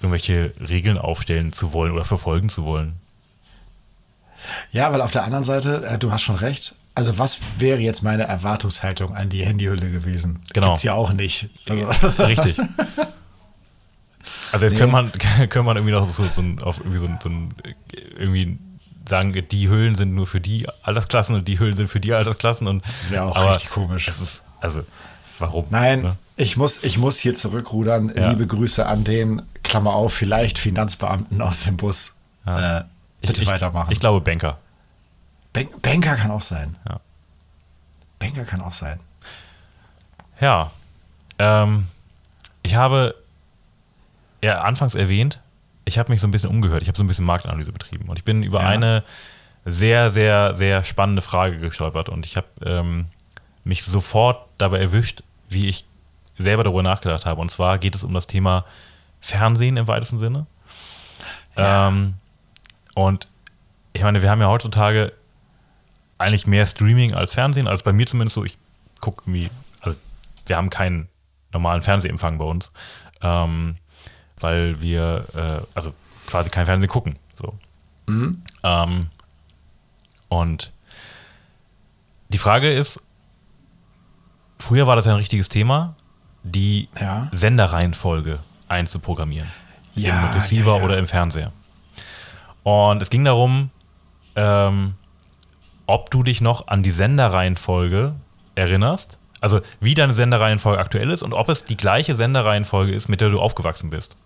Speaker 2: irgendwelche Regeln aufstellen zu wollen oder verfolgen zu wollen.
Speaker 1: Ja, weil auf der anderen Seite, äh, du hast schon recht. Also, was wäre jetzt meine Erwartungshaltung an die Handyhülle gewesen?
Speaker 2: Genau.
Speaker 1: Gibt's ja auch nicht. Also,
Speaker 2: Richtig. Also jetzt
Speaker 1: Nee.
Speaker 2: könnte man, könnte man irgendwie noch so, so, ein, auf irgendwie so, ein- so ein, äh, irgendwie sagen, die Hüllen sind nur für die Altersklassen und die Hüllen sind für die Altersklassen und
Speaker 1: Das wäre auch
Speaker 2: aber
Speaker 1: richtig komisch.
Speaker 2: Es ist, also, warum?
Speaker 1: Nein,
Speaker 2: Ne?
Speaker 1: ich, muss, ich muss hier zurückrudern.
Speaker 2: Ja.
Speaker 1: Liebe Grüße an den, Klammer auf, vielleicht Finanzbeamten aus dem Bus.
Speaker 2: Ja.
Speaker 1: Äh, bitte
Speaker 2: ich,
Speaker 1: weitermachen.
Speaker 2: Ich, ich glaube Banker.
Speaker 1: Ben Banker kann auch sein.
Speaker 2: Ja.
Speaker 1: Banker kann auch sein.
Speaker 2: Ja. Ähm, ich habe ja anfangs erwähnt, ich habe mich so ein bisschen umgehört. Ich habe so ein bisschen Marktanalyse betrieben. Und ich bin über
Speaker 1: Ja.
Speaker 2: eine sehr, sehr, sehr spannende Frage gestolpert. Und ich habe ähm, mich sofort dabei erwischt, wie ich selber darüber nachgedacht habe. Und zwar geht es um das Thema Fernsehen im weitesten Sinne. Ähm, und ich meine, wir haben ja heutzutage eigentlich mehr Streaming als Fernsehen, als bei mir zumindest so. Ich gucke irgendwie, also wir haben keinen normalen Fernsehempfang bei uns, ähm, weil wir äh, also quasi kein Fernsehen gucken. So. Ähm, und die Frage ist, früher war das ja ein richtiges Thema, die
Speaker 1: Ja.
Speaker 2: Senderreihenfolge einzuprogrammieren
Speaker 1: Ah, Ja,
Speaker 2: im Receiver
Speaker 1: ja, ja.
Speaker 2: oder im Fernseher. Und es ging darum, ähm, ob du dich noch an die Senderreihenfolge erinnerst, also wie deine Senderreihenfolge aktuell ist und ob es die gleiche Senderreihenfolge ist, mit der du aufgewachsen bist.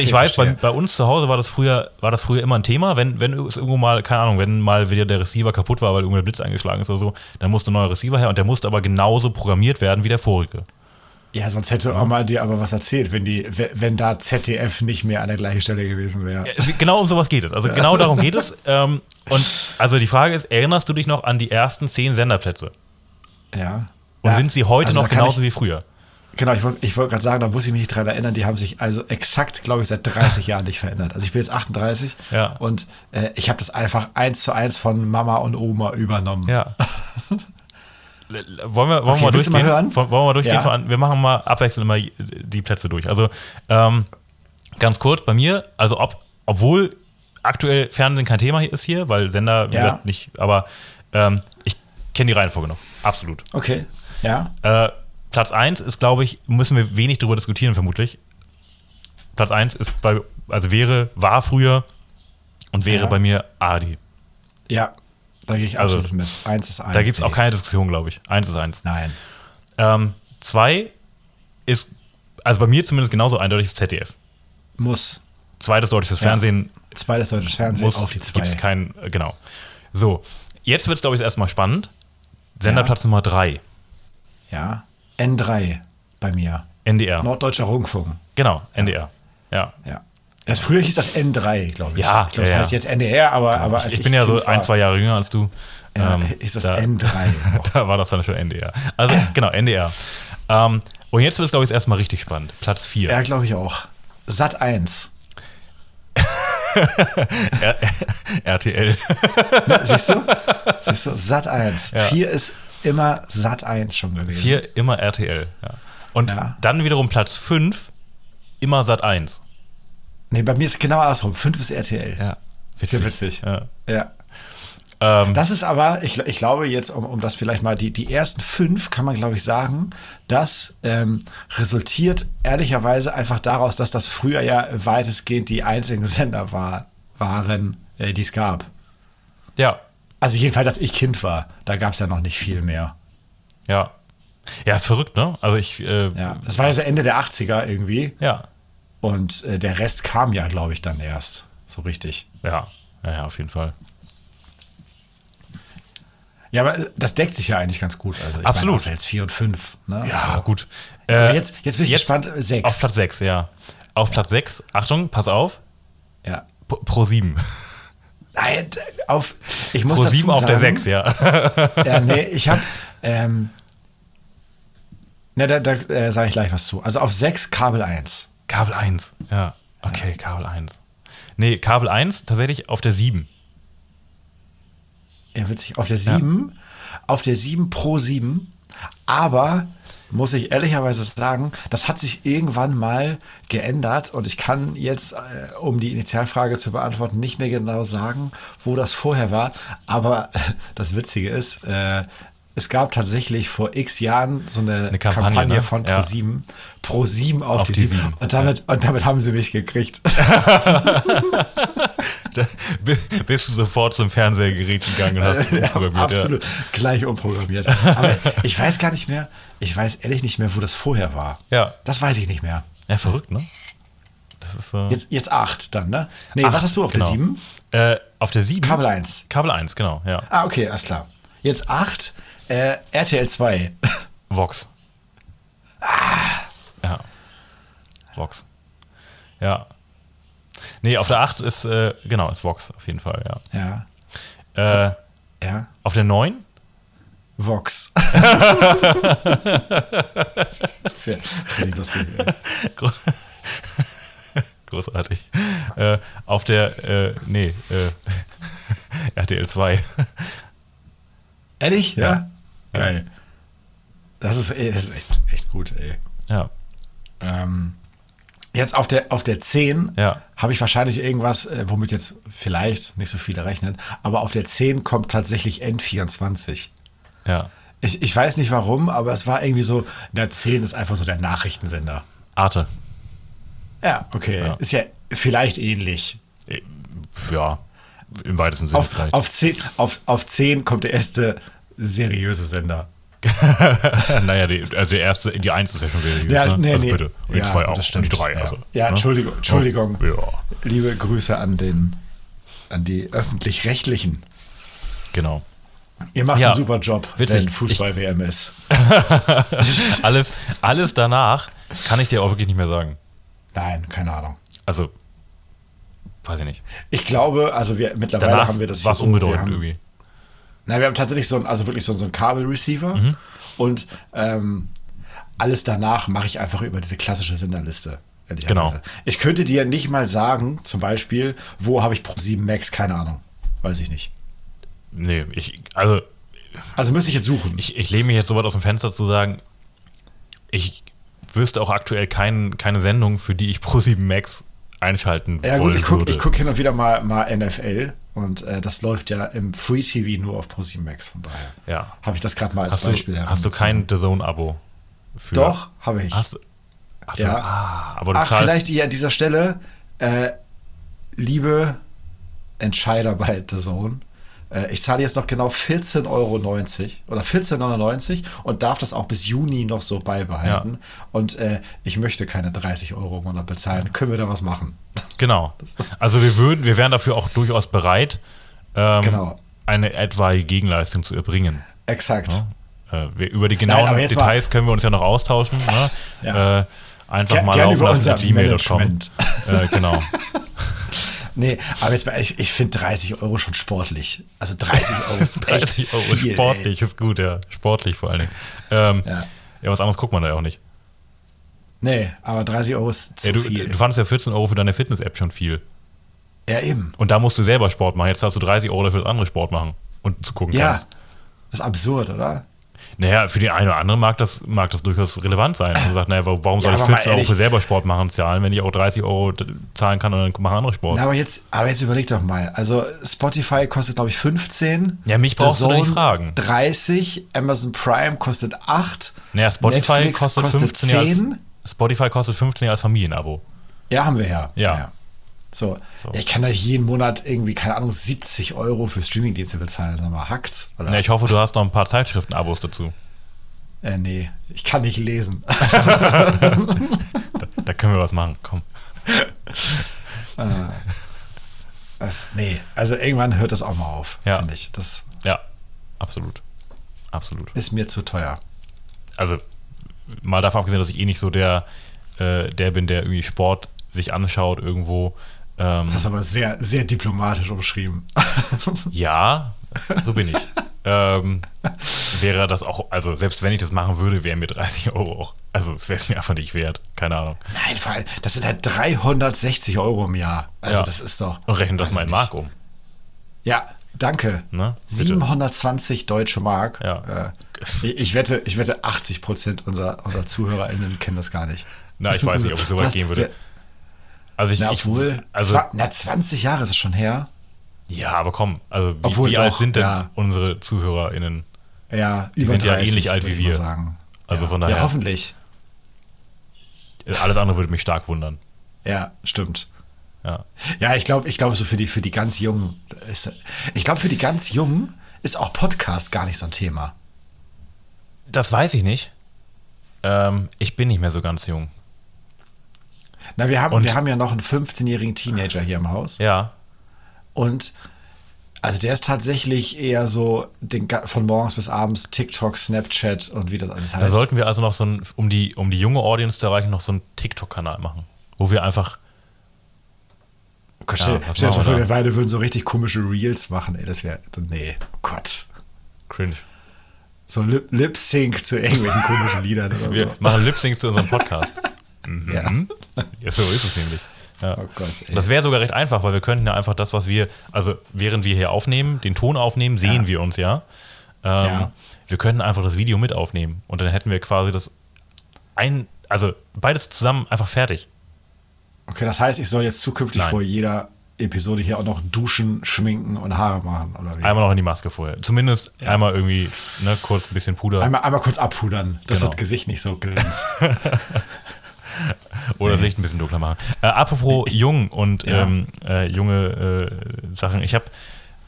Speaker 1: Okay,
Speaker 2: ich weiß, bei,
Speaker 1: verstehe.
Speaker 2: bei uns zu Hause war das früher, war das früher immer ein Thema, wenn, wenn es irgendwo mal, keine Ahnung, wenn mal wieder der Receiver kaputt war, weil irgendwo der Blitz eingeschlagen ist oder so, dann musste ein neuer Receiver her und der musste aber genauso programmiert werden wie der vorige.
Speaker 1: Ja, sonst hätte Oma dir aber was erzählt, wenn, die, we- wenn da ZDF nicht mehr an der gleichen Stelle gewesen wäre.
Speaker 2: Es- Genau um sowas geht es. Also genau darum geht es. Ähm, und also die Frage ist, erinnerst du dich noch an die ersten zehn Senderplätze?
Speaker 1: Ja.
Speaker 2: Und
Speaker 1: ja.
Speaker 2: sind sie heute
Speaker 1: Also
Speaker 2: noch
Speaker 1: da kann
Speaker 2: genauso wie früher?
Speaker 1: Ich, genau, ich wollte ich wollt gerade sagen, da muss ich mich nicht dran erinnern. Die haben sich also exakt, glaube ich, seit 30 Jahren nicht verändert. Also ich bin jetzt 38
Speaker 2: Ja.
Speaker 1: und äh, ich habe das einfach eins zu eins von Mama und Oma übernommen.
Speaker 2: Ja. L- l- wollen wir, wollen
Speaker 1: Okay,
Speaker 2: wir mal
Speaker 1: willst du mal
Speaker 2: durchgehen?
Speaker 1: hören?
Speaker 2: Wollen wollen wir mal durchgehen?
Speaker 1: Ja.
Speaker 2: von an- Wir machen mal abwechselnd mal die Plätze durch. Also ähm, ganz kurz bei mir, also ob, obwohl aktuell Fernsehen kein Thema ist hier, weil Sender, wie
Speaker 1: Ja.
Speaker 2: gesagt, nicht, aber ähm, ich kenne die Reihenfolge noch. Absolut.
Speaker 1: Okay. Ja.
Speaker 2: Äh, Platz 1 ist, glaube ich, müssen wir wenig drüber diskutieren, vermutlich. Platz 1 ist bei, also wäre, war früher und wäre
Speaker 1: Ja.
Speaker 2: bei mir Adi.
Speaker 1: Ja, da gehe ich
Speaker 2: Also,
Speaker 1: absolut mit. Eins ist eins.
Speaker 2: Da gibt es auch
Speaker 1: nee.
Speaker 2: keine Diskussion, glaube ich. Eins ist eins.
Speaker 1: Nein.
Speaker 2: Ähm, zwei ist, also bei mir zumindest genauso eindeutig das ZDF.
Speaker 1: Muss.
Speaker 2: Zweites deutsches
Speaker 1: Ja.
Speaker 2: Fernsehen
Speaker 1: Zweites deutsches Fernsehen
Speaker 2: muss,
Speaker 1: auf die zwei.
Speaker 2: gibt es kein, äh, genau. So, jetzt wird es, glaube ich, erstmal spannend. Senderplatz Nummer 3,
Speaker 1: ja. N3 bei mir.
Speaker 2: NDR.
Speaker 1: Norddeutscher Rundfunk.
Speaker 2: genau, NDR. Ja.
Speaker 1: Ja. Das früher hieß das N3, glaube ich.
Speaker 2: Ja,
Speaker 1: ich glaube, das
Speaker 2: ja,
Speaker 1: heißt
Speaker 2: ja.
Speaker 1: jetzt NDR, aber, aber
Speaker 2: ich,
Speaker 1: als
Speaker 2: ich bin ja so
Speaker 1: Kind war,
Speaker 2: ein, zwei Jahre jünger als du.
Speaker 1: Ja,
Speaker 2: Ähm,
Speaker 1: ist das
Speaker 2: da-
Speaker 1: N3.
Speaker 2: Da war das dann schon NDR. Also, genau, NDR. Ähm, und jetzt wird es, glaube ich, erstmal richtig spannend. Platz 4.
Speaker 1: ja, glaube ich auch. Sat 1.
Speaker 2: RTL.
Speaker 1: Siehst du? Siehst du? Sat 1. 4 ist immer Sat 1 schon gewesen.
Speaker 2: Hier immer RTL. Ja. Und
Speaker 1: Ja.
Speaker 2: dann wiederum Platz 5, immer Sat 1.
Speaker 1: Nee, bei mir ist es genau andersrum. 5 ist RTL.
Speaker 2: Ja.
Speaker 1: Sehr witzig.
Speaker 2: Ja.
Speaker 1: ja.
Speaker 2: Ähm,
Speaker 1: Das ist aber, ich, gl- ich glaube jetzt, um, um das vielleicht mal, die, die ersten fünf kann man, glaube ich, sagen, das ähm, resultiert ehrlicherweise einfach daraus, dass das früher ja weitestgehend die einzigen Sender war, waren, äh, die es gab.
Speaker 2: ja.
Speaker 1: Also jedenfalls, als ich Kind war, da gab es ja noch nicht viel mehr.
Speaker 2: Ja. Ja, ist verrückt, ne? Also ich. Äh,
Speaker 1: Ja, das war ja so Ende der 80er irgendwie
Speaker 2: ja.
Speaker 1: und äh, der Rest kam ja, glaube ich, dann erst so richtig.
Speaker 2: Ja. Ja, ja, auf jeden Fall.
Speaker 1: Ja, aber äh, das deckt sich ja eigentlich ganz gut. Also ich
Speaker 2: Absolut.
Speaker 1: Meine, außer jetzt vier und fünf. Ne?
Speaker 2: Ja,
Speaker 1: also,
Speaker 2: gut.
Speaker 1: aber
Speaker 2: Äh,
Speaker 1: jetzt, jetzt bin ich gespannt. Äh, Sechs.
Speaker 2: Auf Platz 6, ja. Auf Platz 6, Achtung, pass auf,
Speaker 1: ja.
Speaker 2: P- Pro 7.
Speaker 1: Nein, d- auf, ich muss
Speaker 2: Pro
Speaker 1: dazu
Speaker 2: 7
Speaker 1: sagen,
Speaker 2: auf der 6, ja.
Speaker 1: Ja, nee, ich habe, ähm, na, da, da äh, sage ich gleich was zu. Also auf 6 Kabel 1.
Speaker 2: Kabel 1, ja. Okay, Kabel 1. Nee, Kabel 1 tatsächlich auf der 7.
Speaker 1: Ja, witzig. Auf der 7, auf der 7 pro 7. Aber muss ich ehrlicherweise sagen, das hat sich irgendwann mal geändert und ich kann jetzt, äh, um die Initialfrage zu beantworten, nicht mehr genau sagen, wo das vorher war. Aber das Witzige ist, äh, es gab tatsächlich vor x Jahren so eine,
Speaker 2: Eine Kampagne,
Speaker 1: Kampagne,
Speaker 2: ne?
Speaker 1: von
Speaker 2: Ja.
Speaker 1: Pro7 Pro7 auf, die
Speaker 2: die
Speaker 1: 7.
Speaker 2: Sieben,
Speaker 1: Und, damit, und damit haben sie mich gekriegt.
Speaker 2: Da bi- bist du sofort zum Fernsehgerät gegangen und hast es umprogrammiert. Ja,
Speaker 1: Absolut. Gleich umprogrammiert. Aber ich weiß gar nicht mehr, ich weiß ehrlich nicht mehr, wo das vorher war.
Speaker 2: Ja.
Speaker 1: Das weiß ich nicht mehr.
Speaker 2: ja, verrückt, ne? Das ist äh,
Speaker 1: Jetzt, jetzt acht dann, ne? Nee,
Speaker 2: acht,
Speaker 1: was hast du auf
Speaker 2: genau.
Speaker 1: der sieben?
Speaker 2: Äh, auf der 7?
Speaker 1: Kabel 1.
Speaker 2: Kabel 1, genau, ja.
Speaker 1: Ah, okay, alles klar. Jetzt acht, äh, RTL 2.
Speaker 2: Vox.
Speaker 1: Ah.
Speaker 2: Ja. Vox. Ja. Nee, auf der 8 ist, äh, genau, ist Vox auf jeden Fall,
Speaker 1: ja,
Speaker 2: ja. Äh,
Speaker 1: ja.
Speaker 2: auf der 9?
Speaker 1: Vox. Sehr finde ich lustig, ey.
Speaker 2: Gro- Großartig. Äh, auf der, äh, nee, äh, RTL 2.
Speaker 1: Ehrlich? Ja.
Speaker 2: Ja.
Speaker 1: Geil. Das ist, ey, das ist echt, echt gut, ey.
Speaker 2: Ja,
Speaker 1: Ähm, jetzt auf der, auf der 10
Speaker 2: Ja.
Speaker 1: habe ich wahrscheinlich irgendwas, äh, womit jetzt vielleicht nicht so viele rechnen, aber auf der 10 kommt tatsächlich N24.
Speaker 2: ja.
Speaker 1: Ich, ich weiß nicht warum, aber es war irgendwie so, na 10 ist einfach so der Nachrichtensender.
Speaker 2: Arte.
Speaker 1: Ja, okay.
Speaker 2: Ja.
Speaker 1: Ist ja vielleicht ähnlich.
Speaker 2: Äh, Ja, im weitesten Sinne
Speaker 1: Auf,
Speaker 2: vielleicht.
Speaker 1: auf, 10, auf, auf 10 kommt der erste seriöse Sender.
Speaker 2: naja, die, also die erste, die 1 ist ja schon seriös.
Speaker 1: Ja,
Speaker 2: ne?
Speaker 1: nee,
Speaker 2: also
Speaker 1: nee.
Speaker 2: bitte. Und die
Speaker 1: Ja,
Speaker 2: 2
Speaker 1: das
Speaker 2: auch. Und die
Speaker 1: stimmt.
Speaker 2: 3.
Speaker 1: Ja.
Speaker 2: Also,
Speaker 1: Ja, Entschuldigung, Entschuldigung.
Speaker 2: Ja,
Speaker 1: Liebe Grüße an den an die öffentlich-rechtlichen.
Speaker 2: genau.
Speaker 1: Ihr macht
Speaker 2: Ja.
Speaker 1: einen super Job,
Speaker 2: Witzig.
Speaker 1: wenn Fußball-WM ist.
Speaker 2: alles, alles danach kann ich dir auch wirklich nicht mehr sagen.
Speaker 1: Nein, keine Ahnung.
Speaker 2: Also, weiß ich nicht.
Speaker 1: Ich glaube, also wir mittlerweile
Speaker 2: Danach
Speaker 1: haben wir das
Speaker 2: war es
Speaker 1: hier so, wir
Speaker 2: unbedeutend
Speaker 1: haben,
Speaker 2: irgendwie.
Speaker 1: Nein, wir haben tatsächlich so einen, also wirklich so, so einen Kabelreceiver
Speaker 2: Mhm.
Speaker 1: und ähm, alles danach mache ich einfach über diese klassische Senderliste. ehrlicherweise.
Speaker 2: Genau.
Speaker 1: Ich könnte dir nicht mal sagen, zum Beispiel, wo habe ich Pro 7 Max, keine Ahnung. Weiß ich nicht.
Speaker 2: Nee, ich, also,
Speaker 1: Also müsste ich jetzt suchen.
Speaker 2: ich, ich lehne mich jetzt so weit aus dem Fenster zu sagen, ich wüsste auch aktuell kein, keine Sendung, für die ich Pro7 Max einschalten
Speaker 1: ja gut,
Speaker 2: wollen
Speaker 1: ich gucke
Speaker 2: würde.
Speaker 1: ich guck hin und wieder mal, mal NFL und äh, das läuft ja im Free TV nur auf Pro 7 Max, von daher.
Speaker 2: Ja.
Speaker 1: Habe ich das gerade mal als
Speaker 2: hast,
Speaker 1: Beispiel
Speaker 2: du, hast du
Speaker 1: herangezogen.
Speaker 2: kein The Zone-Abo? für-
Speaker 1: Doch, habe ich.
Speaker 2: Hast, du- Ach, so,
Speaker 1: Ja.
Speaker 2: ah, aber du
Speaker 1: Ach,
Speaker 2: zahlst.
Speaker 1: vielleicht hier an dieser Stelle, äh, liebe Entscheider bei The Zone, äh, ich zahle jetzt noch genau 14,90 Euro oder 14,99 und darf das auch bis Juni noch so beibehalten. Und äh, ich möchte keine 30 Euro im Monat bezahlen. Können wir da was machen?
Speaker 2: Genau. Also wir würden, wir wären dafür auch durchaus bereit, ähm,
Speaker 1: Genau.
Speaker 2: eine etwaige Gegenleistung zu erbringen.
Speaker 1: Exakt.
Speaker 2: Äh, wir, über die genauen
Speaker 1: aber jetzt mal-
Speaker 2: Details können wir uns ja noch austauschen. Ne?
Speaker 1: Ja.
Speaker 2: Äh, einfach
Speaker 1: Ger-
Speaker 2: mal
Speaker 1: gerne
Speaker 2: laufen
Speaker 1: über
Speaker 2: lassen
Speaker 1: unser
Speaker 2: at gmail.com.
Speaker 1: Management.
Speaker 2: Äh, genau.
Speaker 1: Nee, aber jetzt mal, ich, ich finde 30 Euro schon sportlich. Also 30 Euro ist 30 echt
Speaker 2: 30 Euro
Speaker 1: viel, ey.
Speaker 2: sportlich ist gut, ja. Sportlich vor allen Dingen. Ähm, ja.
Speaker 1: Ja.
Speaker 2: was anderes guckt man da ja auch nicht.
Speaker 1: Nee, aber 30 Euro ist zu
Speaker 2: Ja, du,
Speaker 1: viel.
Speaker 2: du fandest ja 14 Euro für deine Fitness-App schon viel.
Speaker 1: ja, eben.
Speaker 2: Und da musst du selber Sport machen. Jetzt hast du 30 Euro dafür, dass andere Sport machen und zu gucken
Speaker 1: Ja.
Speaker 2: kannst.
Speaker 1: Das ist absurd, oder?
Speaker 2: Naja, für die einen oder anderen mag das, mag das durchaus relevant sein. Und man sagt, naja, wa- warum soll
Speaker 1: Ja,
Speaker 2: ich
Speaker 1: aber mal
Speaker 2: 14 Euro
Speaker 1: ehrlich.
Speaker 2: für selber Sport machen zahlen, wenn ich auch 30 Euro d- zahlen kann und dann machen andere Sport?
Speaker 1: Na, aber jetzt, aber jetzt überleg doch mal. Also Spotify kostet, glaube ich, 15.
Speaker 2: Ja, mich
Speaker 1: The
Speaker 2: brauchst du doch nicht
Speaker 1: Zone
Speaker 2: fragen.
Speaker 1: 30, Amazon Prime kostet 8.
Speaker 2: naja, Spotify
Speaker 1: Netflix
Speaker 2: kostet, 15 Jahre als, Spotify kostet 15 Jahre als Familienabo.
Speaker 1: Ja, haben wir ja.
Speaker 2: Ja.
Speaker 1: So. Ich kann euch jeden Monat irgendwie, keine Ahnung, 70 Euro für Streamingdienste bezahlen. Sag mal, hackt's? Oder?
Speaker 2: Na, ich hoffe, du hast noch ein paar Zeitschriftenabos dazu.
Speaker 1: Äh, nee, ich kann nicht lesen.
Speaker 2: Da, da können wir was machen. Komm.
Speaker 1: Das, nee, also irgendwann hört das auch mal auf,
Speaker 2: Ja.
Speaker 1: finde ich. Das
Speaker 2: Ja, absolut. Absolut.
Speaker 1: ist mir zu teuer.
Speaker 2: Also, mal davon abgesehen, dass ich eh nicht so der, äh, der bin, der irgendwie Sport sich anschaut irgendwo. Ähm,
Speaker 1: Das ist aber sehr, sehr diplomatisch umschrieben.
Speaker 2: Ja, so bin ich. ähm, wäre das auch, also selbst wenn ich das machen würde, wären mir 30 Euro auch. Also es wäre es mir einfach nicht wert. Keine Ahnung.
Speaker 1: Nein, vor allem, das sind halt 360 Euro im Jahr. Also
Speaker 2: Ja.
Speaker 1: das ist doch.
Speaker 2: Und rechne das
Speaker 1: Weiß
Speaker 2: mal in
Speaker 1: nicht.
Speaker 2: Mark um.
Speaker 1: Ja, danke.
Speaker 2: Ne? Bitte.
Speaker 1: 720 deutsche Mark.
Speaker 2: Ja.
Speaker 1: Äh, ich, ich wette, ich wette 80 Prozent unserer, unserer ZuhörerInnen kennen das gar nicht.
Speaker 2: Na, ich weiß nicht, ob ich so weit gehen würde. Also ich,
Speaker 1: Na,
Speaker 2: ich
Speaker 1: obwohl,
Speaker 2: also
Speaker 1: zwa- na, 20 Jahre ist es schon her.
Speaker 2: ja, aber komm, also wie,
Speaker 1: Obwohl
Speaker 2: wie alt
Speaker 1: doch,
Speaker 2: sind denn
Speaker 1: ja.
Speaker 2: unsere ZuhörerInnen?
Speaker 1: Ja,
Speaker 2: Die
Speaker 1: über
Speaker 2: sind ja
Speaker 1: 30,
Speaker 2: ähnlich alt
Speaker 1: würde
Speaker 2: wie
Speaker 1: ich mal
Speaker 2: wir.
Speaker 1: Sagen.
Speaker 2: Also
Speaker 1: ja.
Speaker 2: von daher-
Speaker 1: Ja, hoffentlich.
Speaker 2: Alles andere würde mich stark wundern.
Speaker 1: Ja, stimmt.
Speaker 2: Ja.
Speaker 1: Ja, ich glaube, ich glaube so für die für die ganz jungen ist, ich glaube für die ganz jungen ist auch Podcast gar nicht so ein Thema.
Speaker 2: Das weiß ich nicht. Ähm, ich bin nicht mehr so ganz jung.
Speaker 1: Na, wir haben
Speaker 2: Und-
Speaker 1: wir haben ja noch einen 15-jährigen Teenager hier im Haus
Speaker 2: Ja.
Speaker 1: und also der ist tatsächlich eher so den, ga- von morgens bis abends TikTok, Snapchat und wie das alles
Speaker 2: Da
Speaker 1: heißt.
Speaker 2: sollten wir also noch so ein, um die, um die junge Audience zu erreichen, noch so einen TikTok-Kanal machen. Wo wir einfach
Speaker 1: Gott, stell
Speaker 2: Ja, was
Speaker 1: stell dir mal
Speaker 2: machen wir
Speaker 1: vor,
Speaker 2: da?
Speaker 1: wir beide würden so richtig komische Reels machen. Ey, das wäre nee, Gott.
Speaker 2: cringe.
Speaker 1: So Lip- Lip-Sync zu irgendwelchen komischen Liedern oder
Speaker 2: Wir
Speaker 1: so.
Speaker 2: machen Lip-Sync zu unserem Podcast.
Speaker 1: Ja.
Speaker 2: Mhm. Ja, so ist es nämlich. Ja.
Speaker 1: Hm? Oh Gott, ey.
Speaker 2: das wäre sogar recht einfach, weil wir könnten ja einfach das, was wir, also während wir hier aufnehmen, den Ton aufnehmen, sehen
Speaker 1: Ja.
Speaker 2: wir uns ja. Ähm,
Speaker 1: Ja.
Speaker 2: Wir könnten einfach das Video mit aufnehmen und dann hätten wir quasi das ein, also beides zusammen einfach fertig.
Speaker 1: Okay, das heißt, ich soll jetzt zukünftig
Speaker 2: Nein.
Speaker 1: vor jeder Episode hier auch noch duschen, schminken und Haare machen, oder wie?
Speaker 2: Einmal noch in die Maske vorher. Zumindest einmal irgendwie ne, kurz ein bisschen Puder
Speaker 1: Einmal, einmal kurz abpudern, dass
Speaker 2: Genau.
Speaker 1: das Gesicht nicht so glänzt.
Speaker 2: Oder das Licht ein bisschen dunkler machen. Äh, apropos jung und
Speaker 1: Ja.
Speaker 2: ähm, äh, junge äh, Sachen. Ich habe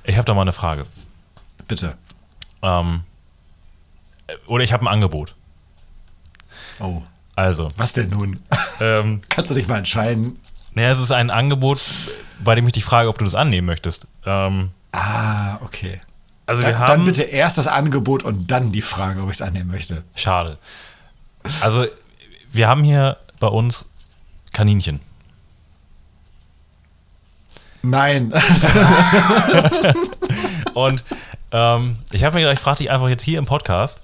Speaker 2: ich hab da mal eine Frage.
Speaker 1: Bitte.
Speaker 2: Ähm, äh, oder ich habe ein Angebot.
Speaker 1: Oh.
Speaker 2: Also,
Speaker 1: Was denn nun?
Speaker 2: ähm,
Speaker 1: Kannst du dich mal entscheiden?
Speaker 2: naja, es ist ein Angebot, bei dem ich dich frage, ob du das annehmen möchtest. Ähm,
Speaker 1: Ah, okay.
Speaker 2: also, wir
Speaker 1: Dann,
Speaker 2: haben.
Speaker 1: dann bitte erst das Angebot und dann die Frage, ob ich es annehmen möchte.
Speaker 2: Schade. Also, wir haben hier bei uns Kaninchen.
Speaker 1: Nein.
Speaker 2: Und ähm, ich habe mir gedacht, ich frage dich einfach jetzt hier im Podcast.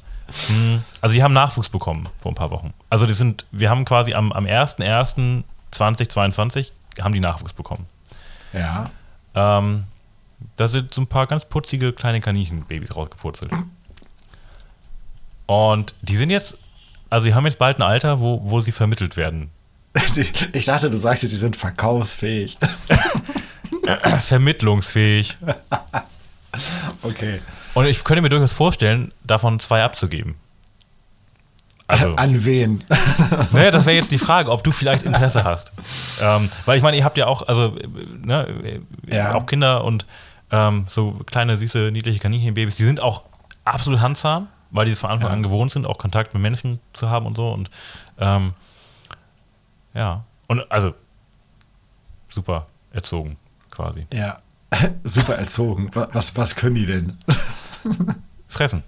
Speaker 2: Hm, Also, die haben Nachwuchs bekommen vor ein paar Wochen. Also, die sind, wir haben quasi am, am 01.01.2022 haben die Nachwuchs bekommen.
Speaker 1: ja.
Speaker 2: Ähm, da sind so ein paar ganz putzige kleine Kaninchenbabys rausgepurzelt. Und die sind jetzt, also die haben jetzt bald ein Alter, wo, wo sie vermittelt werden.
Speaker 1: Ich dachte, du sagst jetzt, sie sind verkaufsfähig.
Speaker 2: Vermittlungsfähig.
Speaker 1: Okay.
Speaker 2: Und ich könnte mir durchaus vorstellen, davon zwei abzugeben. Also,
Speaker 1: An wen?
Speaker 2: ne, das wäre jetzt die Frage, ob du vielleicht Interesse hast. Ähm, weil ich meine, ihr habt ja auch, also, äh, ne, äh,
Speaker 1: Ja.
Speaker 2: auch Kinder und ähm, so kleine, süße, niedliche Kaninchenbabys, die sind auch absolut handsam, weil die es von Anfang an gewohnt sind, auch Kontakt mit Menschen zu haben und so. Und ähm, ja, und also super erzogen quasi.
Speaker 1: Ja. Super erzogen. Wa- Was, was können die denn?
Speaker 2: Fressen.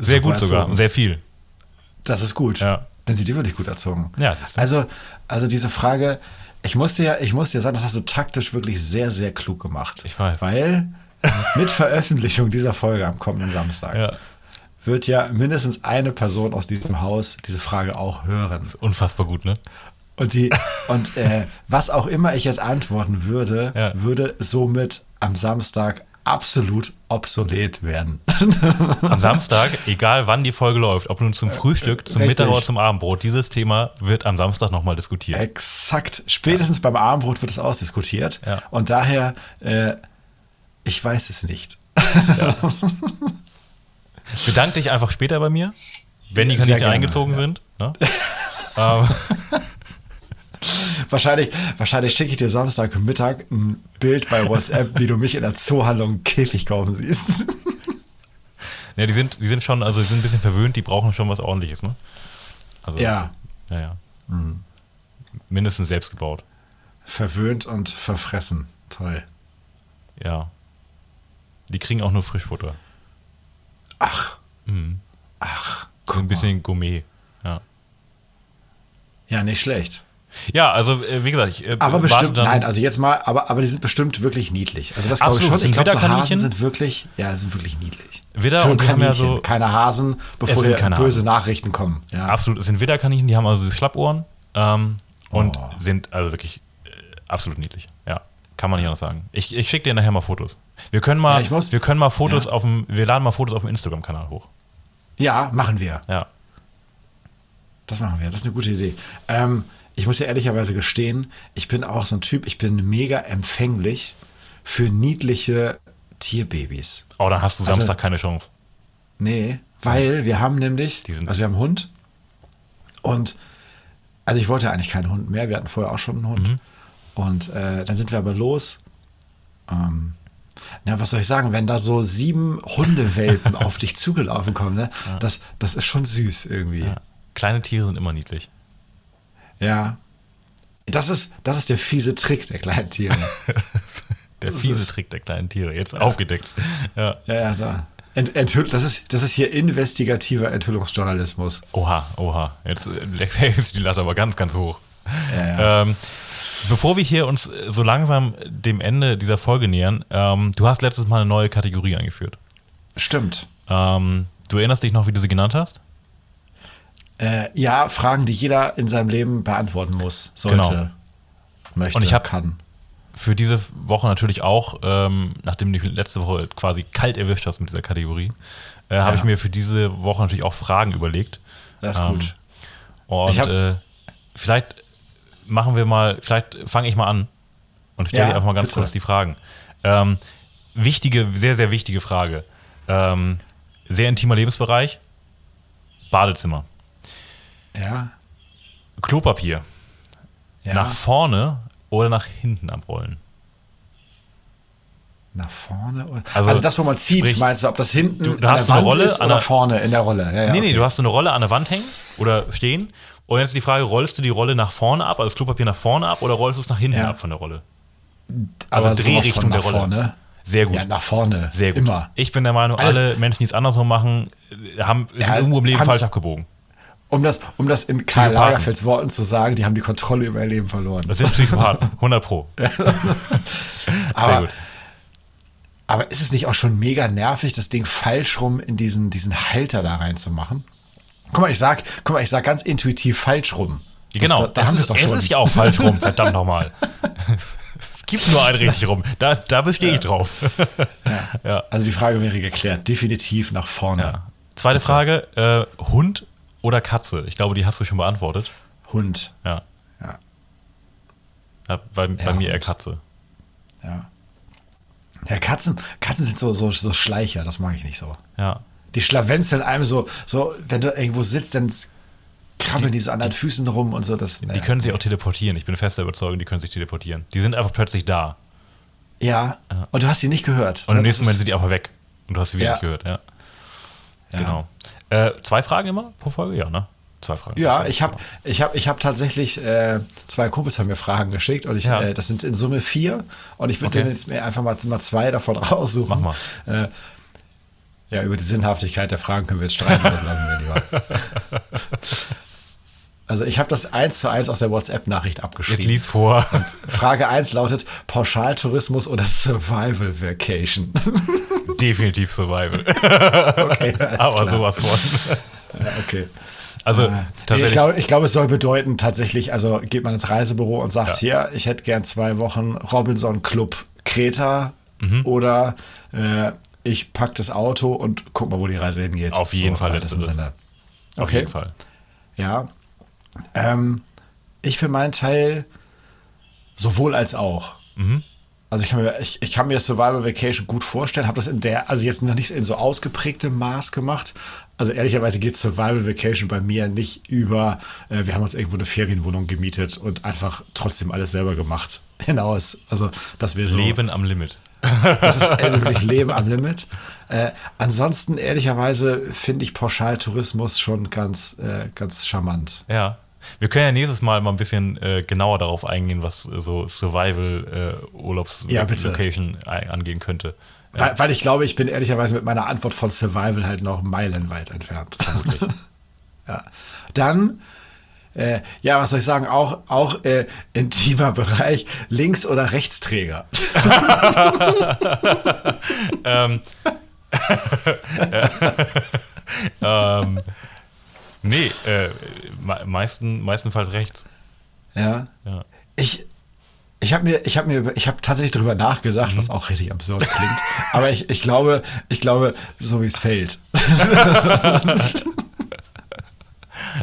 Speaker 2: Sehr
Speaker 1: Super
Speaker 2: gut sogar.
Speaker 1: erzogen.
Speaker 2: Und sehr viel.
Speaker 1: Das ist gut.
Speaker 2: Ja.
Speaker 1: Dann sind die wirklich gut erzogen.
Speaker 2: Ja, siehst du.
Speaker 1: also, also diese Frage, ich muss dir, ich muss dir sagen, das hast du taktisch wirklich sehr, sehr klug gemacht.
Speaker 2: Ich weiß.
Speaker 1: Weil mit Veröffentlichung dieser Folge am kommenden Samstag
Speaker 2: Ja.
Speaker 1: wird ja mindestens eine Person aus diesem Haus diese Frage auch hören.
Speaker 2: Unfassbar gut, ne?
Speaker 1: Und, die, und äh, was auch immer ich jetzt antworten würde,
Speaker 2: Ja.
Speaker 1: würde somit am Samstag absolut obsolet werden.
Speaker 2: Am Samstag, egal wann die Folge läuft, ob nun zum Frühstück, zum
Speaker 1: Richtig.
Speaker 2: Mittag oder zum Abendbrot, dieses Thema wird am Samstag nochmal diskutiert.
Speaker 1: Exakt. Spätestens beim Abendbrot wird es ausdiskutiert.
Speaker 2: Ja.
Speaker 1: Und daher, äh, ich weiß es nicht.
Speaker 2: Bedank dich einfach später bei mir, wenn die
Speaker 1: Sehr
Speaker 2: Kandidaten
Speaker 1: gerne,
Speaker 2: eingezogen
Speaker 1: ja.
Speaker 2: sind. Ne? ähm,
Speaker 1: Wahrscheinlich, wahrscheinlich schicke ich dir Samstagmittag ein Bild bei WhatsApp, wie du mich in der Zoohandlung einen Käfig kaufen siehst.
Speaker 2: ja, die sind, die sind schon, also die sind ein bisschen verwöhnt, die brauchen schon was ordentliches, ne? Also,
Speaker 1: ja. Mhm.
Speaker 2: Ja, ja. Mindestens selbst gebaut.
Speaker 1: Verwöhnt und verfressen. Toll.
Speaker 2: Ja. Die kriegen auch nur Frischfutter.
Speaker 1: Ach,
Speaker 2: Mhm.
Speaker 1: ach.
Speaker 2: So
Speaker 1: Guck
Speaker 2: ein bisschen Gourmet. Ja.
Speaker 1: Mal. Ja, nicht schlecht.
Speaker 2: Ja, also äh, wie gesagt, ich äh,
Speaker 1: Aber
Speaker 2: warte
Speaker 1: bestimmt,
Speaker 2: dann-
Speaker 1: nein, also jetzt mal, aber, aber die sind bestimmt wirklich niedlich. Also das glaube ich
Speaker 2: Absolut,
Speaker 1: schon.
Speaker 2: das
Speaker 1: Ich
Speaker 2: sind
Speaker 1: glaube, so
Speaker 2: Widderkaninchen.
Speaker 1: Hasen sind wirklich, ja, sind wirklich niedlich.
Speaker 2: Widder
Speaker 1: Schon
Speaker 2: und die haben ja so-
Speaker 1: keine Hasen,
Speaker 2: Es
Speaker 1: bevor
Speaker 2: sind
Speaker 1: hier
Speaker 2: keine
Speaker 1: böse Nachrichten kommen. Ja.
Speaker 2: Ah. Absolut, es sind Widderkaninchen, die haben also diese Schlappohren ähm, und
Speaker 1: Oh.
Speaker 2: sind also wirklich äh, absolut niedlich. Ja, kann man nicht anders sagen. Ich, ich schicke dir nachher mal Fotos. Wir können mal,
Speaker 1: Ja, ich muss-
Speaker 2: wir können mal Fotos
Speaker 1: Ja.
Speaker 2: auf dem, wir laden mal Fotos auf dem Instagram-Kanal hoch.
Speaker 1: ja, machen wir.
Speaker 2: Ja,
Speaker 1: Das machen wir. Das ist eine gute Idee. Ähm, ich muss ja ehrlicherweise gestehen, ich bin auch so ein Typ, ich bin mega empfänglich für niedliche Tierbabys.
Speaker 2: oh, dann hast du
Speaker 1: Also-
Speaker 2: Samstag keine Chance.
Speaker 1: Nee, weil wir haben nämlich,
Speaker 2: Die sind-
Speaker 1: also wir haben einen Hund und also ich wollte eigentlich keinen Hund mehr, wir hatten vorher auch schon einen
Speaker 2: Mhm.
Speaker 1: Hund. Und äh, dann sind wir aber los. Ähm, na, was soll ich sagen, wenn da so sieben Hundewelpen auf dich zugelaufen kommen, ne? das, das ist schon süß irgendwie.
Speaker 2: Ja. Kleine Tiere sind immer niedlich.
Speaker 1: Ja. Das ist, das ist der fiese Trick der kleinen Tiere.
Speaker 2: Der
Speaker 1: Das
Speaker 2: fiese
Speaker 1: ist-
Speaker 2: Trick der kleinen Tiere, jetzt aufgedeckt. Ja.
Speaker 1: ja, ja, da. Ent, enthüll, das, ist, das ist hier investigativer Enthüllungsjournalismus.
Speaker 2: Oha, oha. Jetzt äh, legst du die Latte aber ganz, ganz hoch.
Speaker 1: Ja, ja.
Speaker 2: Ähm, bevor wir hier uns äh, so langsam dem Ende dieser Folge nähern, ähm, du hast letztes Mal eine neue Kategorie eingeführt.
Speaker 1: Stimmt.
Speaker 2: Ähm, du erinnerst dich noch, wie du sie genannt hast?
Speaker 1: Äh, ja, Fragen, die jeder in seinem Leben beantworten muss, sollte,
Speaker 2: Genau.
Speaker 1: möchte,
Speaker 2: Und ich hab-
Speaker 1: kann.
Speaker 2: Für diese Woche natürlich auch, ähm, nachdem du die letzte Woche quasi kalt erwischt hast mit dieser Kategorie, äh, habe
Speaker 1: Ja.
Speaker 2: ich mir für diese Woche natürlich auch Fragen überlegt.
Speaker 1: Das ist
Speaker 2: Ähm,
Speaker 1: gut.
Speaker 2: Und
Speaker 1: Ich hab-
Speaker 2: äh, vielleicht machen wir mal, vielleicht fange ich mal an und stelle
Speaker 1: Ja,
Speaker 2: dir einfach mal ganz
Speaker 1: bitte.
Speaker 2: kurz die Fragen. Ähm, wichtige, sehr, sehr wichtige Frage. Ähm, sehr intimer Lebensbereich. Badezimmer. ähm,
Speaker 1: Ja,
Speaker 2: Klopapier.
Speaker 1: ja.
Speaker 2: Nach
Speaker 1: Nach,
Speaker 2: vorne oder nach hinten abrollen?
Speaker 1: vorne. Oder?
Speaker 2: Also-
Speaker 1: Also, das, wo man zieht,
Speaker 2: sprich,
Speaker 1: meinst du, ob das hinten
Speaker 2: du
Speaker 1: an
Speaker 2: hast
Speaker 1: der
Speaker 2: eine
Speaker 1: Wand
Speaker 2: Rolle,
Speaker 1: ist
Speaker 2: an
Speaker 1: oder
Speaker 2: der-
Speaker 1: vorne in der Rolle? Ja, ja,
Speaker 2: Nee, nee,
Speaker 1: okay.
Speaker 2: du hast so eine Rolle an der Wand hängen oder stehen. Und jetzt die Frage, rollst du die Rolle nach vorne ab, also das Klopapier nach vorne ab oder rollst du es nach hinten
Speaker 1: Ja.
Speaker 2: ab von der Rolle?
Speaker 1: Aber
Speaker 2: also
Speaker 1: sowas
Speaker 2: Drehrichtung
Speaker 1: von
Speaker 2: der
Speaker 1: nach
Speaker 2: Rolle.
Speaker 1: Vorne. ne?
Speaker 2: Sehr gut.
Speaker 1: Ja, nach vorne.
Speaker 2: Sehr gut.
Speaker 1: Immer.
Speaker 2: Ich bin der Meinung,
Speaker 1: Alles-
Speaker 2: alle Menschen, die es andersrum machen, äh, haben, sind
Speaker 1: Ja,
Speaker 2: irgendwo im Leben
Speaker 1: haben-
Speaker 2: falsch abgebogen.
Speaker 1: Um das, um das in Karl
Speaker 2: Psychopathen.
Speaker 1: Lagerfelds Worten zu sagen, die haben die Kontrolle über ihr Leben verloren.
Speaker 2: Das sind Psychopathen, 100 Pro. Sehr
Speaker 1: Aber,
Speaker 2: gut.
Speaker 1: aber ist es nicht auch schon mega nervig, das Ding falsch rum in diesen, diesen Halter da reinzumachen? Guck mal, ich sag, guck mal, ich sag ganz intuitiv falsch rum. Das,
Speaker 2: Genau,
Speaker 1: da, da haben
Speaker 2: es,
Speaker 1: wir es
Speaker 2: ist,
Speaker 1: doch
Speaker 2: es
Speaker 1: schon.
Speaker 2: ist ja auch falsch rum, verdammt nochmal. es gibt nur einen richtig rum, da, da bestehe ich drauf. ja.
Speaker 1: also die Frage wäre geklärt. Definitiv nach vorne.
Speaker 2: Zweite Frage, äh, Hund oder Katze? Ich glaube, die hast du schon beantwortet.
Speaker 1: Hund.
Speaker 2: Ja.
Speaker 1: Ja.
Speaker 2: Ja, bei, bei
Speaker 1: Ja,
Speaker 2: mir eher
Speaker 1: Hund.
Speaker 2: Katze.
Speaker 1: Ja, Katzen, Katzen sind so, so, so Schleicher, das mag ich nicht so.
Speaker 2: Ja.
Speaker 1: Die schlawenzeln einem so, so, wenn du irgendwo sitzt, dann krabbeln die, so an deinen Füßen rum und so. Das,
Speaker 2: Die können sich auch teleportieren. Ich bin fester Überzeugung, die können sich teleportieren. Die sind einfach plötzlich da.
Speaker 1: ja. Und du hast sie nicht gehört.
Speaker 2: Und im
Speaker 1: Das
Speaker 2: nächsten
Speaker 1: ist-
Speaker 2: Moment sind die einfach weg. Und du hast sie wieder
Speaker 1: Ja.
Speaker 2: nicht gehört, ja. Genau. Äh, zwei Fragen immer pro Folge? Ja, ne? Zwei Fragen.
Speaker 1: Ja, ich habe ich hab, ich hab tatsächlich, äh, zwei Kumpels haben mir Fragen geschickt und ich,
Speaker 2: Ja.
Speaker 1: äh, das sind in Summe vier und ich würde
Speaker 2: Okay.
Speaker 1: denen jetzt mir einfach mal, mal zwei davon raussuchen.
Speaker 2: Mach
Speaker 1: mal. Äh, ja, über die Sinnhaftigkeit der Fragen können wir jetzt streiten, das lassen wir lieber. Also ich habe das eins zu eins aus der WhatsApp-Nachricht
Speaker 2: Jetzt
Speaker 1: abgeschrieben.
Speaker 2: lies vor.
Speaker 1: Frage eins lautet, Pauschaltourismus oder Survival Vacation?
Speaker 2: Definitiv Survival.
Speaker 1: Okay, alles
Speaker 2: Aber
Speaker 1: klar.
Speaker 2: sowas von.
Speaker 1: Ja, okay.
Speaker 2: Also,
Speaker 1: Nee, ich
Speaker 2: tatsächlich.
Speaker 1: glaube, ich glaube, es soll bedeuten tatsächlich, also geht man ins Reisebüro und sagt,
Speaker 2: Ja.
Speaker 1: hier, ich hätte gern zwei Wochen Robinson Club Kreta
Speaker 2: Mhm.
Speaker 1: oder äh, ich pack das Auto und guck mal, wo die Reise hingeht.
Speaker 2: Auf jeden Fall
Speaker 1: weitesten
Speaker 2: letzteres.
Speaker 1: Sinne.
Speaker 2: Auf
Speaker 1: okay.
Speaker 2: jeden Fall.
Speaker 1: Ja. Ähm, ich für meinen Teil sowohl als auch. Also ich kann, mir, ich, ich kann mir Survival Vacation gut vorstellen, habe das in der, also jetzt noch nicht in so ausgeprägtem Maß gemacht. Also ehrlicherweise geht Survival Vacation bei mir nicht über, äh, wir haben uns irgendwo eine Ferienwohnung gemietet und einfach trotzdem alles selber gemacht hinaus. Also das wäre so.
Speaker 2: Leben am Limit.
Speaker 1: Das ist äh, wirklich Leben am Limit. Äh, ansonsten ehrlicherweise finde ich Pauschaltourismus schon ganz, äh, ganz charmant.
Speaker 2: Ja. Wir können ja nächstes Mal mal ein bisschen äh, genauer darauf eingehen, was äh, so
Speaker 1: Ja,
Speaker 2: äh,
Speaker 1: bitte.
Speaker 2: Survival-Urlaubs-Location angehen könnte.
Speaker 1: Weil, weil ich glaube, ich bin ehrlicherweise mit meiner Antwort von Survival halt noch meilenweit entfernt. ja. Dann, äh, ja, was soll ich sagen, auch, auch äh, intimer Bereich, Links- oder Rechtsträger.
Speaker 2: ähm, nee, äh, me- meisten, meistenfalls rechts.
Speaker 1: Ja.
Speaker 2: Ja.
Speaker 1: Ich, ich habe mir, ich habe mir, über- ich habe tatsächlich drüber nachgedacht,
Speaker 2: Mhm.
Speaker 1: was auch richtig absurd klingt. Aber ich, ich glaube, ich glaube, so wie es fällt,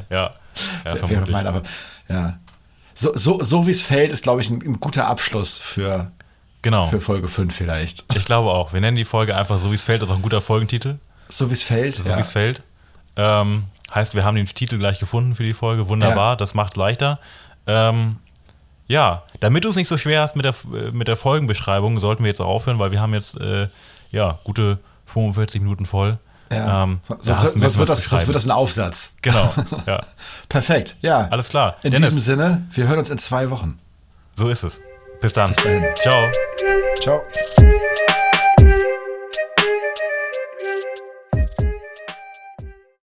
Speaker 2: Ja, ja
Speaker 1: wäre
Speaker 2: vermutlich.
Speaker 1: mein, aber ja. So, so, so wie es fällt, ist, glaube ich, ein, ein guter Abschluss für,
Speaker 2: genau.
Speaker 1: für Folge 5 vielleicht.
Speaker 2: Ich glaube auch. Wir nennen die Folge einfach So wie es fällt, das ist auch ein guter Folgentitel.
Speaker 1: So wie es fällt.
Speaker 2: So wie es fällt. Ähm, heißt, wir haben den Titel gleich gefunden für die Folge. Wunderbar, das macht leichter. Ähm, ja, damit du es nicht so schwer hast mit der, äh, mit der Folgenbeschreibung, sollten wir jetzt auch aufhören, weil wir haben jetzt äh, ja, gute 45 Minuten voll.
Speaker 1: Ja.
Speaker 2: Ähm,
Speaker 1: So-
Speaker 2: da hast du ein
Speaker 1: sonst,
Speaker 2: bisschen
Speaker 1: sonst, wird
Speaker 2: was
Speaker 1: das,
Speaker 2: zu
Speaker 1: sonst
Speaker 2: schreiben.
Speaker 1: wird das ein Aufsatz.
Speaker 2: Genau, ja.
Speaker 1: Perfekt, ja.
Speaker 2: Alles klar.
Speaker 1: In
Speaker 2: Dennis.
Speaker 1: diesem Sinne, wir hören uns in zwei Wochen.
Speaker 2: So ist es. Bis dann.
Speaker 1: Bis dahin.
Speaker 2: Ciao.
Speaker 1: Ciao.